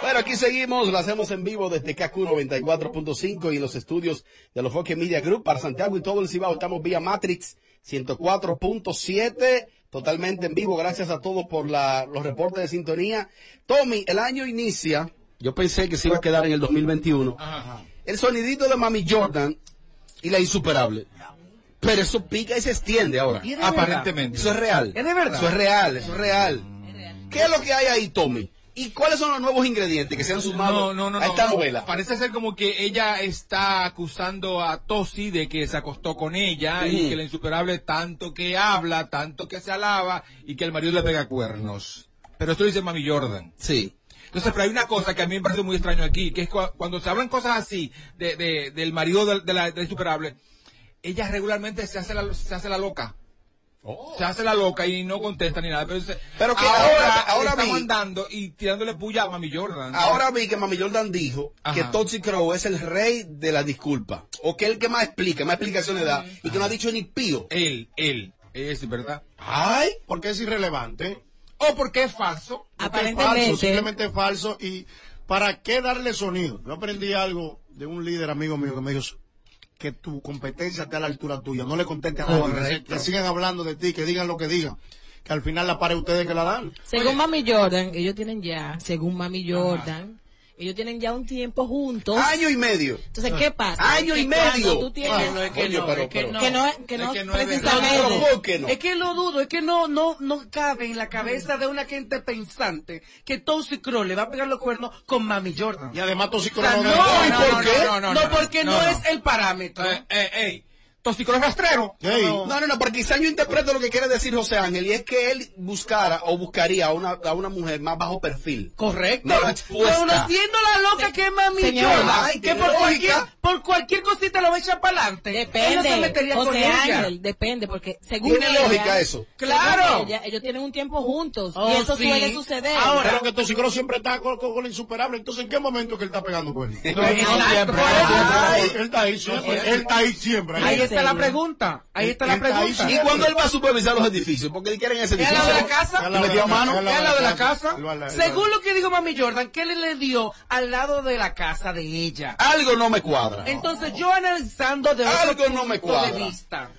Speaker 3: Bueno, aquí seguimos, lo hacemos en vivo desde KQ 94.5 y los estudios de los Foque Media Group para Santiago y todo el Cibao. Estamos vía Matrix 104.7, totalmente en vivo. Gracias a todos por la- los reportes de sintonía. Tommy, el año inicia. Yo pensé que se iba a quedar en el 2021. El sonidito de Mami Jordan y la insuperable. Pero eso pica y se extiende ahora.
Speaker 5: Y es de
Speaker 3: Aparentemente.
Speaker 5: verdad.
Speaker 3: Eso es real.
Speaker 5: Es de verdad.
Speaker 3: Eso es real, eso es real. ¿Qué es lo que hay ahí, Tommy? ¿Y cuáles son los nuevos ingredientes que se han
Speaker 5: No,
Speaker 3: sumado
Speaker 5: no, no,
Speaker 3: a
Speaker 5: no,
Speaker 3: esta
Speaker 5: no.
Speaker 3: novela?
Speaker 5: Parece ser como que ella está acusando a Tosi de que se acostó con ella
Speaker 3: Sí.
Speaker 5: y que la insuperable tanto que habla, tanto que se alaba y que el marido le pega cuernos. Pero esto dice Mami Jordan.
Speaker 3: Sí.
Speaker 5: Entonces, pero hay una cosa que a mí me parece muy extraño aquí, que es cua- cuando se hablan cosas así de, de- del marido de, de la, de la insuperable, ella regularmente se hace la, se hace la loca. Se hace la loca y no contesta ni nada. Pero, se-
Speaker 3: Pero que ahora- ahora
Speaker 5: estamos
Speaker 3: vi-
Speaker 5: andando y tirándole puya a Mami Jordan.
Speaker 3: Ahora vi que Mami Jordan dijo
Speaker 5: Ajá.
Speaker 3: que Toxic Crow es el rey de la disculpa. O que el que más explica, más explicaciones da. Y que no ha dicho ni pío.
Speaker 5: Él, él. Es verdad.
Speaker 7: Ay, porque es irrelevante.
Speaker 5: O Oh, porque es falso.
Speaker 7: Porque es
Speaker 8: Aparentemente.
Speaker 7: falso, simplemente es falso. ¿Y para qué darle sonido? Yo aprendí algo de un líder amigo mío que me dijo que tu competencia esté a la altura tuya. No le contestes a nadie.
Speaker 8: Correcto.
Speaker 7: Que sigan hablando de ti, que digan lo que digan. Que al final la pare ustedes que la dan.
Speaker 8: Según Mami Jordan, ellos tienen ya, según Mami Jordan, ellos tienen ya un tiempo juntos.
Speaker 3: Año y medio.
Speaker 8: Entonces, ¿qué pasa?
Speaker 3: Año
Speaker 8: Que
Speaker 3: y medio.
Speaker 8: cuando tú tienes-
Speaker 3: Coño, pero- pero-
Speaker 8: que no es- que
Speaker 3: Es
Speaker 8: no
Speaker 3: que no es
Speaker 8: precisamente.
Speaker 3: verdad. Pero, ¿por qué no?
Speaker 1: Es que lo dudo, es que no, no, no cabe en la cabeza de una gente pensante que Toxic Crow le va a pegar los cuernos con Mami Jordan.
Speaker 7: Y además Toxic
Speaker 1: no,
Speaker 7: Crow no-
Speaker 1: no,
Speaker 7: ¿Y
Speaker 1: no,
Speaker 7: por
Speaker 1: no,
Speaker 7: qué?
Speaker 1: No, no, no, porque no, es el parámetro.
Speaker 5: Eh, eh, ey. Toxicólogo es rastrero.
Speaker 3: No, no, no, porque quizá yo interpreto lo que quiere decir José Ángel y es que él buscara o buscaría a una, a una mujer más bajo perfil.
Speaker 1: Correcto.
Speaker 3: No, expuesta.
Speaker 1: Conociendo la loca que es Mami
Speaker 3: Señora,
Speaker 1: Jordan, que
Speaker 3: ay, qué
Speaker 1: por
Speaker 3: lógica.
Speaker 1: cualquier, por cualquier cosita lo va a echar para adelante. Él no se metería
Speaker 8: Depende,
Speaker 1: con
Speaker 8: José
Speaker 1: ella.
Speaker 8: Ángel, depende, porque según
Speaker 1: Tiene
Speaker 8: ella-
Speaker 1: lógica eso.
Speaker 8: según
Speaker 1: Claro.
Speaker 8: ella, ellos tienen un tiempo juntos
Speaker 7: Oh,
Speaker 8: y eso
Speaker 7: sí.
Speaker 8: suele suceder.
Speaker 7: Ahora, pero que Toxic Crow siempre está con, con- con la insuperable. Entonces, ¿en qué momento que él está pegando con él?
Speaker 1: No, no siempre, no siempre.
Speaker 7: Él está ahí siempre. Él está ahí siempre.
Speaker 1: Ahí está la pregunta. Ahí está la
Speaker 7: Él está ahí
Speaker 1: pregunta.
Speaker 3: Y cuando él va a supervisar los edificios, porque él quiere en ese
Speaker 1: ¿Es
Speaker 3: edificio.
Speaker 1: la de la casa?
Speaker 3: ¿Le metió mano?
Speaker 1: ¿Es la de la casa?
Speaker 3: la-
Speaker 1: Según lo que dijo Mami Jordan, ¿qué le, le dio al lado de la casa de ella?
Speaker 3: Algo no me cuadra.
Speaker 1: Entonces, yo analizando de otro
Speaker 3: Algo no me
Speaker 1: punto de
Speaker 3: cuadra.
Speaker 1: vista.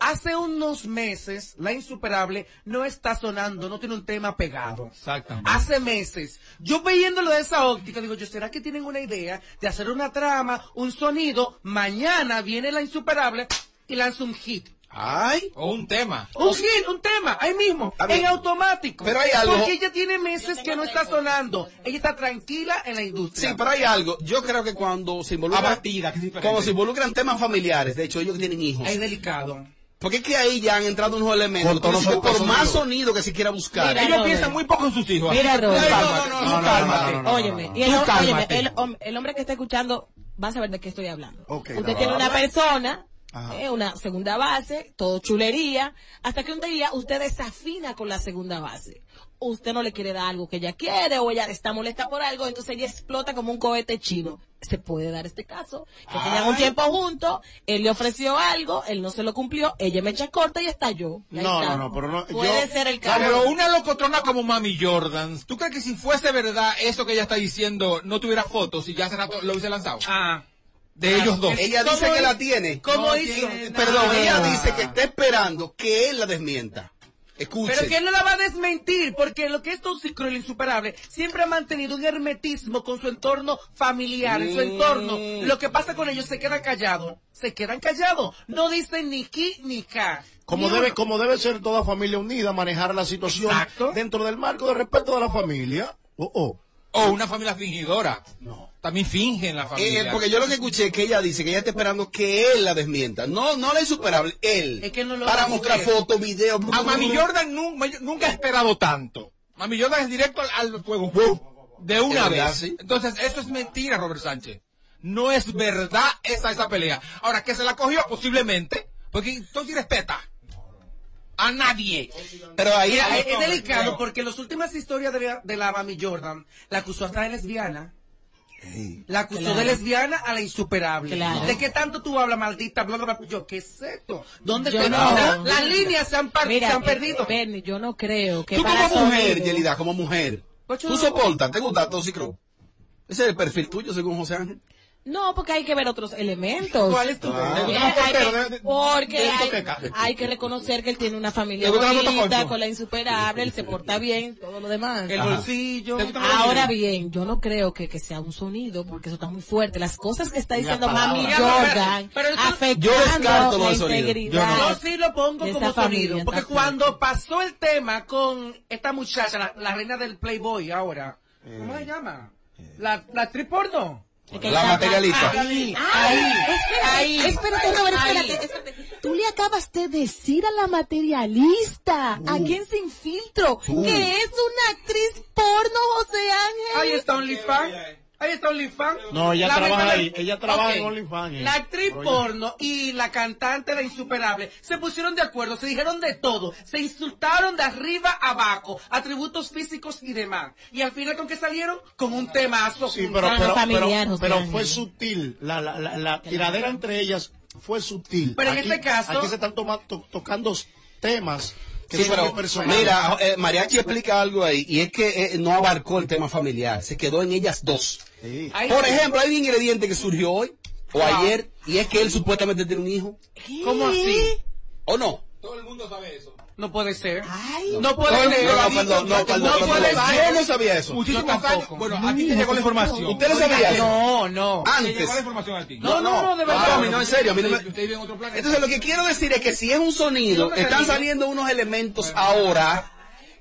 Speaker 1: Hace unos meses, La Insuperable no está sonando, no tiene un tema pegado.
Speaker 5: Exactamente.
Speaker 1: Hace meses. Yo viéndolo de esa óptica, digo, yo, ¿será que tienen una idea de hacer una trama, un sonido? Mañana viene La Insuperable y lanza un hit.
Speaker 3: Ay.
Speaker 5: O un tema.
Speaker 1: Un hit, un tema, ahí mismo, en automático.
Speaker 3: Pero hay algo-
Speaker 1: Porque ella tiene meses que no está sonando. Ella está tranquila en la industria.
Speaker 3: Sí, pero hay algo. Yo creo que cuando se involucran,
Speaker 1: Abatida, que es diferente.
Speaker 3: cuando se involucran temas familiares, de hecho ellos tienen hijos.
Speaker 1: Es delicado.
Speaker 3: Porque es que ahí ya han entrado unos elementos.
Speaker 7: Con todos
Speaker 3: Entonces,
Speaker 7: los
Speaker 3: por
Speaker 7: sonidos.
Speaker 3: más sonido que se quiera buscar.
Speaker 8: Mira, Ellos Robert. piensan
Speaker 5: muy poco en sus hijos.
Speaker 8: Mira,
Speaker 3: no,
Speaker 8: Robert.
Speaker 3: no, no, no, no, cálmate.
Speaker 8: Óyeme, y el,
Speaker 3: Tú
Speaker 8: óyeme,
Speaker 3: cálmate.
Speaker 8: el hom- el hombre que está escuchando va a saber de qué estoy hablando.
Speaker 3: Ok,
Speaker 8: Usted
Speaker 3: no,
Speaker 8: tiene
Speaker 3: no,
Speaker 8: una
Speaker 3: no.
Speaker 8: persona,
Speaker 3: Ajá.
Speaker 8: eh, una segunda base, todo chulería, hasta que un día usted desafina con la segunda base. Usted no le quiere dar algo que ella quiere o ella está molesta por algo, entonces ella explota como un cohete chino. Se puede dar este caso, que tenían un tiempo juntos, él le ofreció algo, él no se lo cumplió, ella me echa corta y está yo. Y ahí
Speaker 7: No,
Speaker 8: está.
Speaker 7: no, no, pero no.
Speaker 8: Puede
Speaker 7: yo-
Speaker 8: ser el
Speaker 5: Ah,
Speaker 8: caso.
Speaker 5: Pero una locotrona como Mami Jordan, ¿tú crees que si fuese verdad eso que ella está diciendo, no tuviera fotos y ya hace rato lo hubiese lanzado?
Speaker 1: Ah.
Speaker 5: De ellos dos.
Speaker 3: Ella dice que la tiene.
Speaker 1: ¿Cómo
Speaker 3: No
Speaker 1: hizo?
Speaker 3: tiene Perdón,
Speaker 1: nada.
Speaker 5: Ah.
Speaker 3: ella dice que está esperando que él la desmienta. Escuche. Eh,
Speaker 1: Pero que él no la va a desmentir, porque lo que es Toxic el insuperable, siempre ha mantenido un hermetismo con su entorno familiar, en su entorno.
Speaker 3: Mm.
Speaker 1: Lo que pasa con ellos se queda callado. Se quedan callados. No dicen ni ki ni ka.
Speaker 7: Como
Speaker 1: Ni
Speaker 7: debe,
Speaker 1: uno.
Speaker 7: como debe ser toda familia unida, manejar la situación dentro del marco de respeto de la familia. Oh, oh.
Speaker 5: O una familia fingidora. No. También fingen la familia.
Speaker 3: Eh, porque yo lo que escuché es que ella dice que ella está esperando que él la desmienta. No, no la insuperable, él.
Speaker 5: Es que no lo va
Speaker 3: para
Speaker 5: a
Speaker 3: mostrar
Speaker 5: hacer.
Speaker 3: fotos, videos.
Speaker 5: A Mami Jordan nu- Mami- nunca, ha esperado tanto. Mami Jordan es directo al, al fuego. ¡Buf! De una
Speaker 3: Es verdad,
Speaker 5: vez.
Speaker 3: sí.
Speaker 5: Entonces, eso es mentira, Robert Sánchez. No es verdad esa, esa pelea. Ahora, que se la cogió posiblemente, porque entonces respeta a nadie.
Speaker 3: Pero
Speaker 1: Mira, es, es delicado porque en las últimas historias de, la- de la Mami Jordan la acusó hasta de lesbiana. La acusó
Speaker 8: Claro.
Speaker 1: de lesbiana a la insuperable.
Speaker 8: Claro.
Speaker 1: ¿De qué tanto tú hablas, maldita? Bla, bla, bla? Yo, ¿qué es esto? ¿Dónde
Speaker 8: Yo
Speaker 1: te
Speaker 8: no.
Speaker 1: Mira, Las líneas se han, par-
Speaker 8: Mira, eh,
Speaker 1: se han perdido.
Speaker 8: Bernie, yo no creo que
Speaker 3: Tú
Speaker 8: para
Speaker 3: como mujer,
Speaker 8: sonido-
Speaker 3: Yelida, como mujer,
Speaker 8: Ocho.
Speaker 3: tú soportas, te gusta Toxic Cruz. Ese es el perfil tuyo, según José Ángel.
Speaker 8: No, porque hay que ver otros elementos.
Speaker 3: ¿Cuál es tu-
Speaker 1: Ah.
Speaker 3: ¿Te gusta más
Speaker 8: Eh, hay
Speaker 3: portero?
Speaker 8: que-
Speaker 3: De- de-
Speaker 8: Porque
Speaker 3: de-
Speaker 8: hay,
Speaker 3: de- de-
Speaker 8: hay que reconocer que él tiene una familia
Speaker 3: ¿Te gusta más
Speaker 8: bonita,
Speaker 3: motoconcho?
Speaker 8: con la insuperable, él se porta bien, todo lo demás.
Speaker 1: El Ajá. bolsillo. ¿Te gusta más
Speaker 8: Ahora
Speaker 1: bolsillo?
Speaker 8: bien, yo no creo que, que sea un sonido, porque eso está muy fuerte. Las cosas que está
Speaker 1: Ni la
Speaker 8: diciendo
Speaker 1: palabra.
Speaker 8: Mami
Speaker 1: Ya, pero-
Speaker 8: Jordan
Speaker 1: pero eso-
Speaker 8: afectando la integridad.
Speaker 1: Yo sí lo pongo
Speaker 8: de
Speaker 1: como
Speaker 8: esa familia,
Speaker 1: sonido. Porque
Speaker 8: está
Speaker 1: cuando pasó el tema con esta muchacha, la, la reina del Playboy ahora,
Speaker 3: Eh.
Speaker 1: ¿cómo se llama? La, la actriz porno.
Speaker 3: que Eh. La está- materialista.
Speaker 1: Ahí,
Speaker 8: Ay,
Speaker 1: ahí,
Speaker 8: espérate,
Speaker 1: ahí,
Speaker 8: espérate, Robert, espérate,
Speaker 1: ahí.
Speaker 8: espérate. Tú le acabas de decir a la materialista, a quien sin filtro,
Speaker 1: Tú.
Speaker 8: que es una actriz porno, José Ángel.
Speaker 1: Ahí está OnlyFans. Ahí está OnlyFans.
Speaker 7: No, ella trabaja
Speaker 1: verdad-
Speaker 7: ahí, ella trabaja
Speaker 1: Ok.
Speaker 7: en OnlyFans, eh.
Speaker 1: La actriz porno y la cantante La Insuperable se pusieron de acuerdo, se dijeron de todo, se insultaron de arriba a abajo, atributos físicos y demás. Y al final, ¿con qué salieron? Con un temazo.
Speaker 7: Sí,
Speaker 1: un
Speaker 7: pero,
Speaker 1: plano
Speaker 7: pero,
Speaker 1: familiar,
Speaker 7: pero-
Speaker 1: José
Speaker 7: pero
Speaker 1: Ángel.
Speaker 7: fue sutil. La, la, la, la tiradera entre ellas fue sutil.
Speaker 1: Pero en
Speaker 7: Aquí-
Speaker 1: este caso-
Speaker 7: Aquí se están toma- to- tocando temas que
Speaker 3: Sí,
Speaker 7: son muy
Speaker 3: pero
Speaker 7: personales.
Speaker 3: mira, eh, Mariachi explica algo ahí, y es que eh, no abarcó el tema familiar, se quedó en ellas dos.
Speaker 1: Ahí-
Speaker 3: Por ejemplo, hay un ingrediente que surgió hoy o
Speaker 1: Ah.
Speaker 3: ayer, y es que él supuestamente tiene un hijo.
Speaker 1: ¿Cómo así?
Speaker 3: ¿O no?
Speaker 5: Todo el mundo sabe eso.
Speaker 1: No puede ser. No puede
Speaker 3: No,
Speaker 1: ser.
Speaker 3: no, perdón, no, perdón, perdón. Yo no sabía eso.
Speaker 5: Muchísimos
Speaker 3: Yo
Speaker 5: años.
Speaker 3: tampoco.
Speaker 5: Bueno, a ti
Speaker 3: No,
Speaker 5: te llegó la información.
Speaker 3: no. ¿Usted lo sabía?
Speaker 1: No, no.
Speaker 5: Te
Speaker 3: Antes.
Speaker 5: llegó la información a ti.
Speaker 3: No, no, no, de verdad. Tommy, no, en serio, a mí no me-
Speaker 5: Usted vive en otro planeta.
Speaker 3: Entonces lo que quiero decir es que si es un sonido,
Speaker 5: Yo me
Speaker 3: están
Speaker 5: salí.
Speaker 3: saliendo unos elementos ahora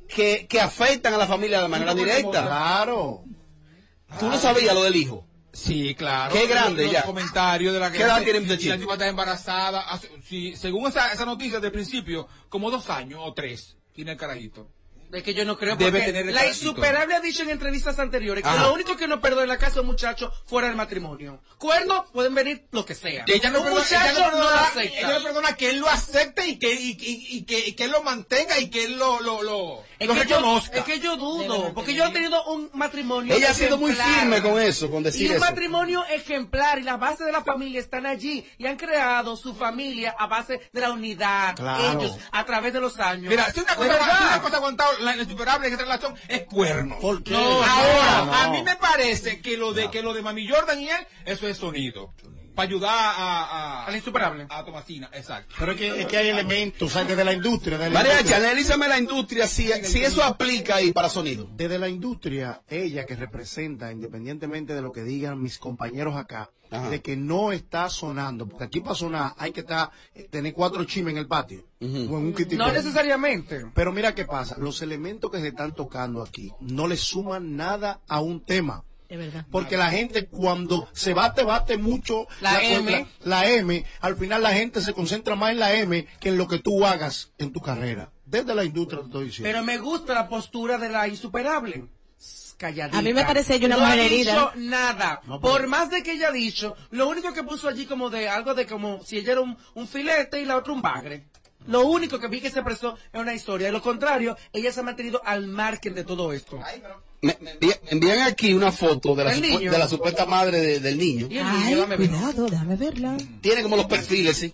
Speaker 3: que, que afectan a la familia de manera directa.
Speaker 7: Claro.
Speaker 3: Tú no sabías lo del hijo.
Speaker 5: Sí, claro.
Speaker 3: Qué grande
Speaker 5: Los
Speaker 3: ya.
Speaker 5: comentarios de la
Speaker 3: ¿Qué edad tiene muchachito?
Speaker 5: La tipa está embarazada. Hace- sí, según esa, esa noticia del principio, como dos años o tres tiene el carajito.
Speaker 1: Es que yo no creo
Speaker 5: Debe
Speaker 1: porque
Speaker 5: tener el
Speaker 1: la
Speaker 5: carajito.
Speaker 1: insuperable ha dicho en entrevistas anteriores que
Speaker 5: Ajá.
Speaker 1: lo único que no perdona en la casa es un muchacho fuera del matrimonio. Cuernos pueden venir lo que sea.
Speaker 5: Ella no
Speaker 1: un
Speaker 5: perdona-
Speaker 1: muchacho
Speaker 5: ella no
Speaker 1: no, lo
Speaker 5: perdona-
Speaker 1: acepta.
Speaker 5: ella no perdona que él lo acepte y que, y, y- y que, y que él lo mantenga y que él lo, lo, lo,
Speaker 1: Es
Speaker 5: lo
Speaker 1: que, yo,
Speaker 5: reconozca.
Speaker 1: es que yo dudo, porque yo he tenido un matrimonio.
Speaker 3: Ella ha sido muy
Speaker 1: ejemplar.
Speaker 3: firme con eso, con decir
Speaker 1: y un
Speaker 3: eso.
Speaker 1: matrimonio ejemplar y las bases de la familia están allí y han creado su familia a base de la unidad,
Speaker 5: Claro.
Speaker 1: ellos a través de los años.
Speaker 5: Mira, si una cosa,
Speaker 1: De verdad.
Speaker 5: si una cosa ha aguantado la la insuperable en esta relación es cuernos. No,
Speaker 1: No,
Speaker 5: ahora,
Speaker 1: no.
Speaker 5: a mí me parece que lo de que lo de Mami Jordan y él, eso es sonido. Para ayudar a, a, a la
Speaker 1: insuperable.
Speaker 5: A Tomasina, exacto.
Speaker 7: Pero es que, es que hay elementos, o sea, desde la industria. Desde la
Speaker 3: Mariachi,
Speaker 7: industria.
Speaker 3: analízame la industria si, si eso aplica ahí para sonido.
Speaker 7: Desde la industria, ella que representa, independientemente de lo que digan mis compañeros acá,
Speaker 3: Ajá.
Speaker 7: de que no está sonando, porque aquí para sonar hay que estar, eh, tener cuatro chimes en el patio, o en un quitico.
Speaker 1: No necesariamente.
Speaker 7: Pero mira qué pasa, los elementos que se están tocando aquí no le suman nada a un tema.
Speaker 8: De verdad.
Speaker 7: Porque la gente cuando se bate, bate mucho
Speaker 1: La M.
Speaker 7: la- la M, al final la gente se concentra más en la M que en lo que tú hagas en tu carrera. Desde la industria te estoy diciendo.
Speaker 1: Pero me gusta la postura de la insuperable. S- Calladita.
Speaker 8: A mí me parece ella una
Speaker 1: no
Speaker 8: mujer
Speaker 1: ha
Speaker 8: herida.
Speaker 1: dicho nada.
Speaker 7: No, pero-
Speaker 1: Por más de que ella ha dicho, lo único que puso allí como de algo de como si ella era un, un filete y la otra un bagre. Lo único que vi que se expresó en una historia. De lo contrario, ella se ha mantenido al margen de todo esto.
Speaker 3: Me- me envi- envían aquí una foto de la,
Speaker 1: Del
Speaker 3: supu-
Speaker 1: niño.
Speaker 3: de la supuesta madre de- del niño.
Speaker 1: Y el niño, dame ver.
Speaker 8: cuidado, déjame verla.
Speaker 3: Tiene como los perfiles, ¿sí?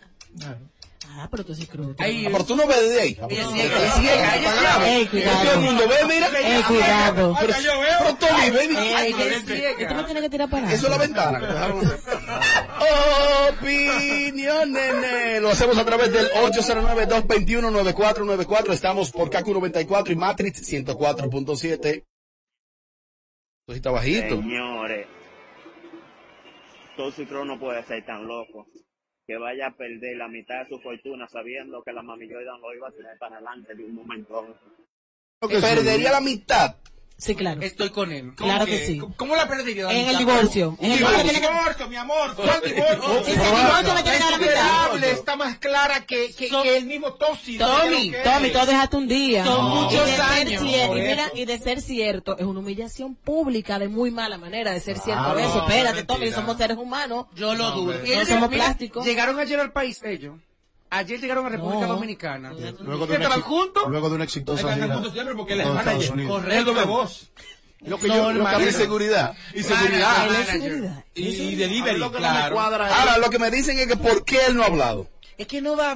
Speaker 8: Ah, pero tú sí cruel.
Speaker 3: Ah, Pero tú no ves de ahí. Ah, pero tú no ves de ahí. Ah, está grave.
Speaker 8: Ey,
Speaker 3: Todo el mundo ve, mira.
Speaker 8: Ey, cuidado.
Speaker 3: Pero, pero Tommy, ve, mira.
Speaker 8: Ey, que es ciega. Tú no tienes que tirar para
Speaker 3: Eso es la ventana. que dejaron hacer. Opinión, nene. Lo hacemos a través del 809-221-9494. Estamos por KQ94 y Matrix 104.7. Esto está bajito.
Speaker 16: Señores, Toxicro no puede ser tan loco que vaya a perder la mitad de su fortuna sabiendo que la mami Jordan lo iba a tener para adelante de un momento a otro.
Speaker 3: Perdería la mitad.
Speaker 8: Sí, claro.
Speaker 1: Estoy con él.
Speaker 5: ¿Cómo
Speaker 8: Claro
Speaker 5: que-
Speaker 8: que sí.
Speaker 5: ¿cómo- ¿Cómo la perdería?
Speaker 8: En el
Speaker 5: Danita?
Speaker 8: divorcio. En el
Speaker 5: Divorcio,
Speaker 8: divorcio.
Speaker 5: divorcio, mi amor. ¿Cuál divorcio?
Speaker 8: Sí, sí, divorcio, me tiene que dar la mitad.
Speaker 5: Insuperable, Está más clara que, que, que el mismo Tosi.
Speaker 8: Tommy, Tommy, tú dejaste un día.
Speaker 5: Son
Speaker 8: Y
Speaker 5: muchos
Speaker 8: de ser
Speaker 5: años.
Speaker 8: cier-
Speaker 5: Por
Speaker 8: Y, mira,
Speaker 5: eso.
Speaker 8: y de ser cierto, es una humillación pública de muy mala manera de ser
Speaker 1: Claro,
Speaker 8: cierto. Eso, espérate,
Speaker 1: mentira.
Speaker 8: Tommy, somos seres humanos.
Speaker 1: Yo lo dudo.
Speaker 8: No
Speaker 1: Y ellos,
Speaker 8: somos
Speaker 1: mira,
Speaker 8: plásticos.
Speaker 1: Llegaron ayer al país ellos. Ayer llegaron a República
Speaker 8: No.
Speaker 1: Dominicana.
Speaker 7: Eh, Luego
Speaker 1: ¿Que
Speaker 7: de, una
Speaker 1: estaban
Speaker 7: exi-
Speaker 1: juntos?
Speaker 7: luego de una exitosa
Speaker 5: porque
Speaker 7: gira. por
Speaker 5: la
Speaker 7: Estados
Speaker 5: hermana
Speaker 7: Unidos.
Speaker 5: Correcto. de voz.
Speaker 7: Lo que yo, lo que a mí seguridad.
Speaker 3: Y seguridad.
Speaker 5: Y, y
Speaker 3: Ahora
Speaker 5: delivery,
Speaker 3: lo que no me
Speaker 5: claro. Ah,
Speaker 3: cuadra es- Ahora, lo que me dicen es que por qué él no ha hablado.
Speaker 1: Es que no va a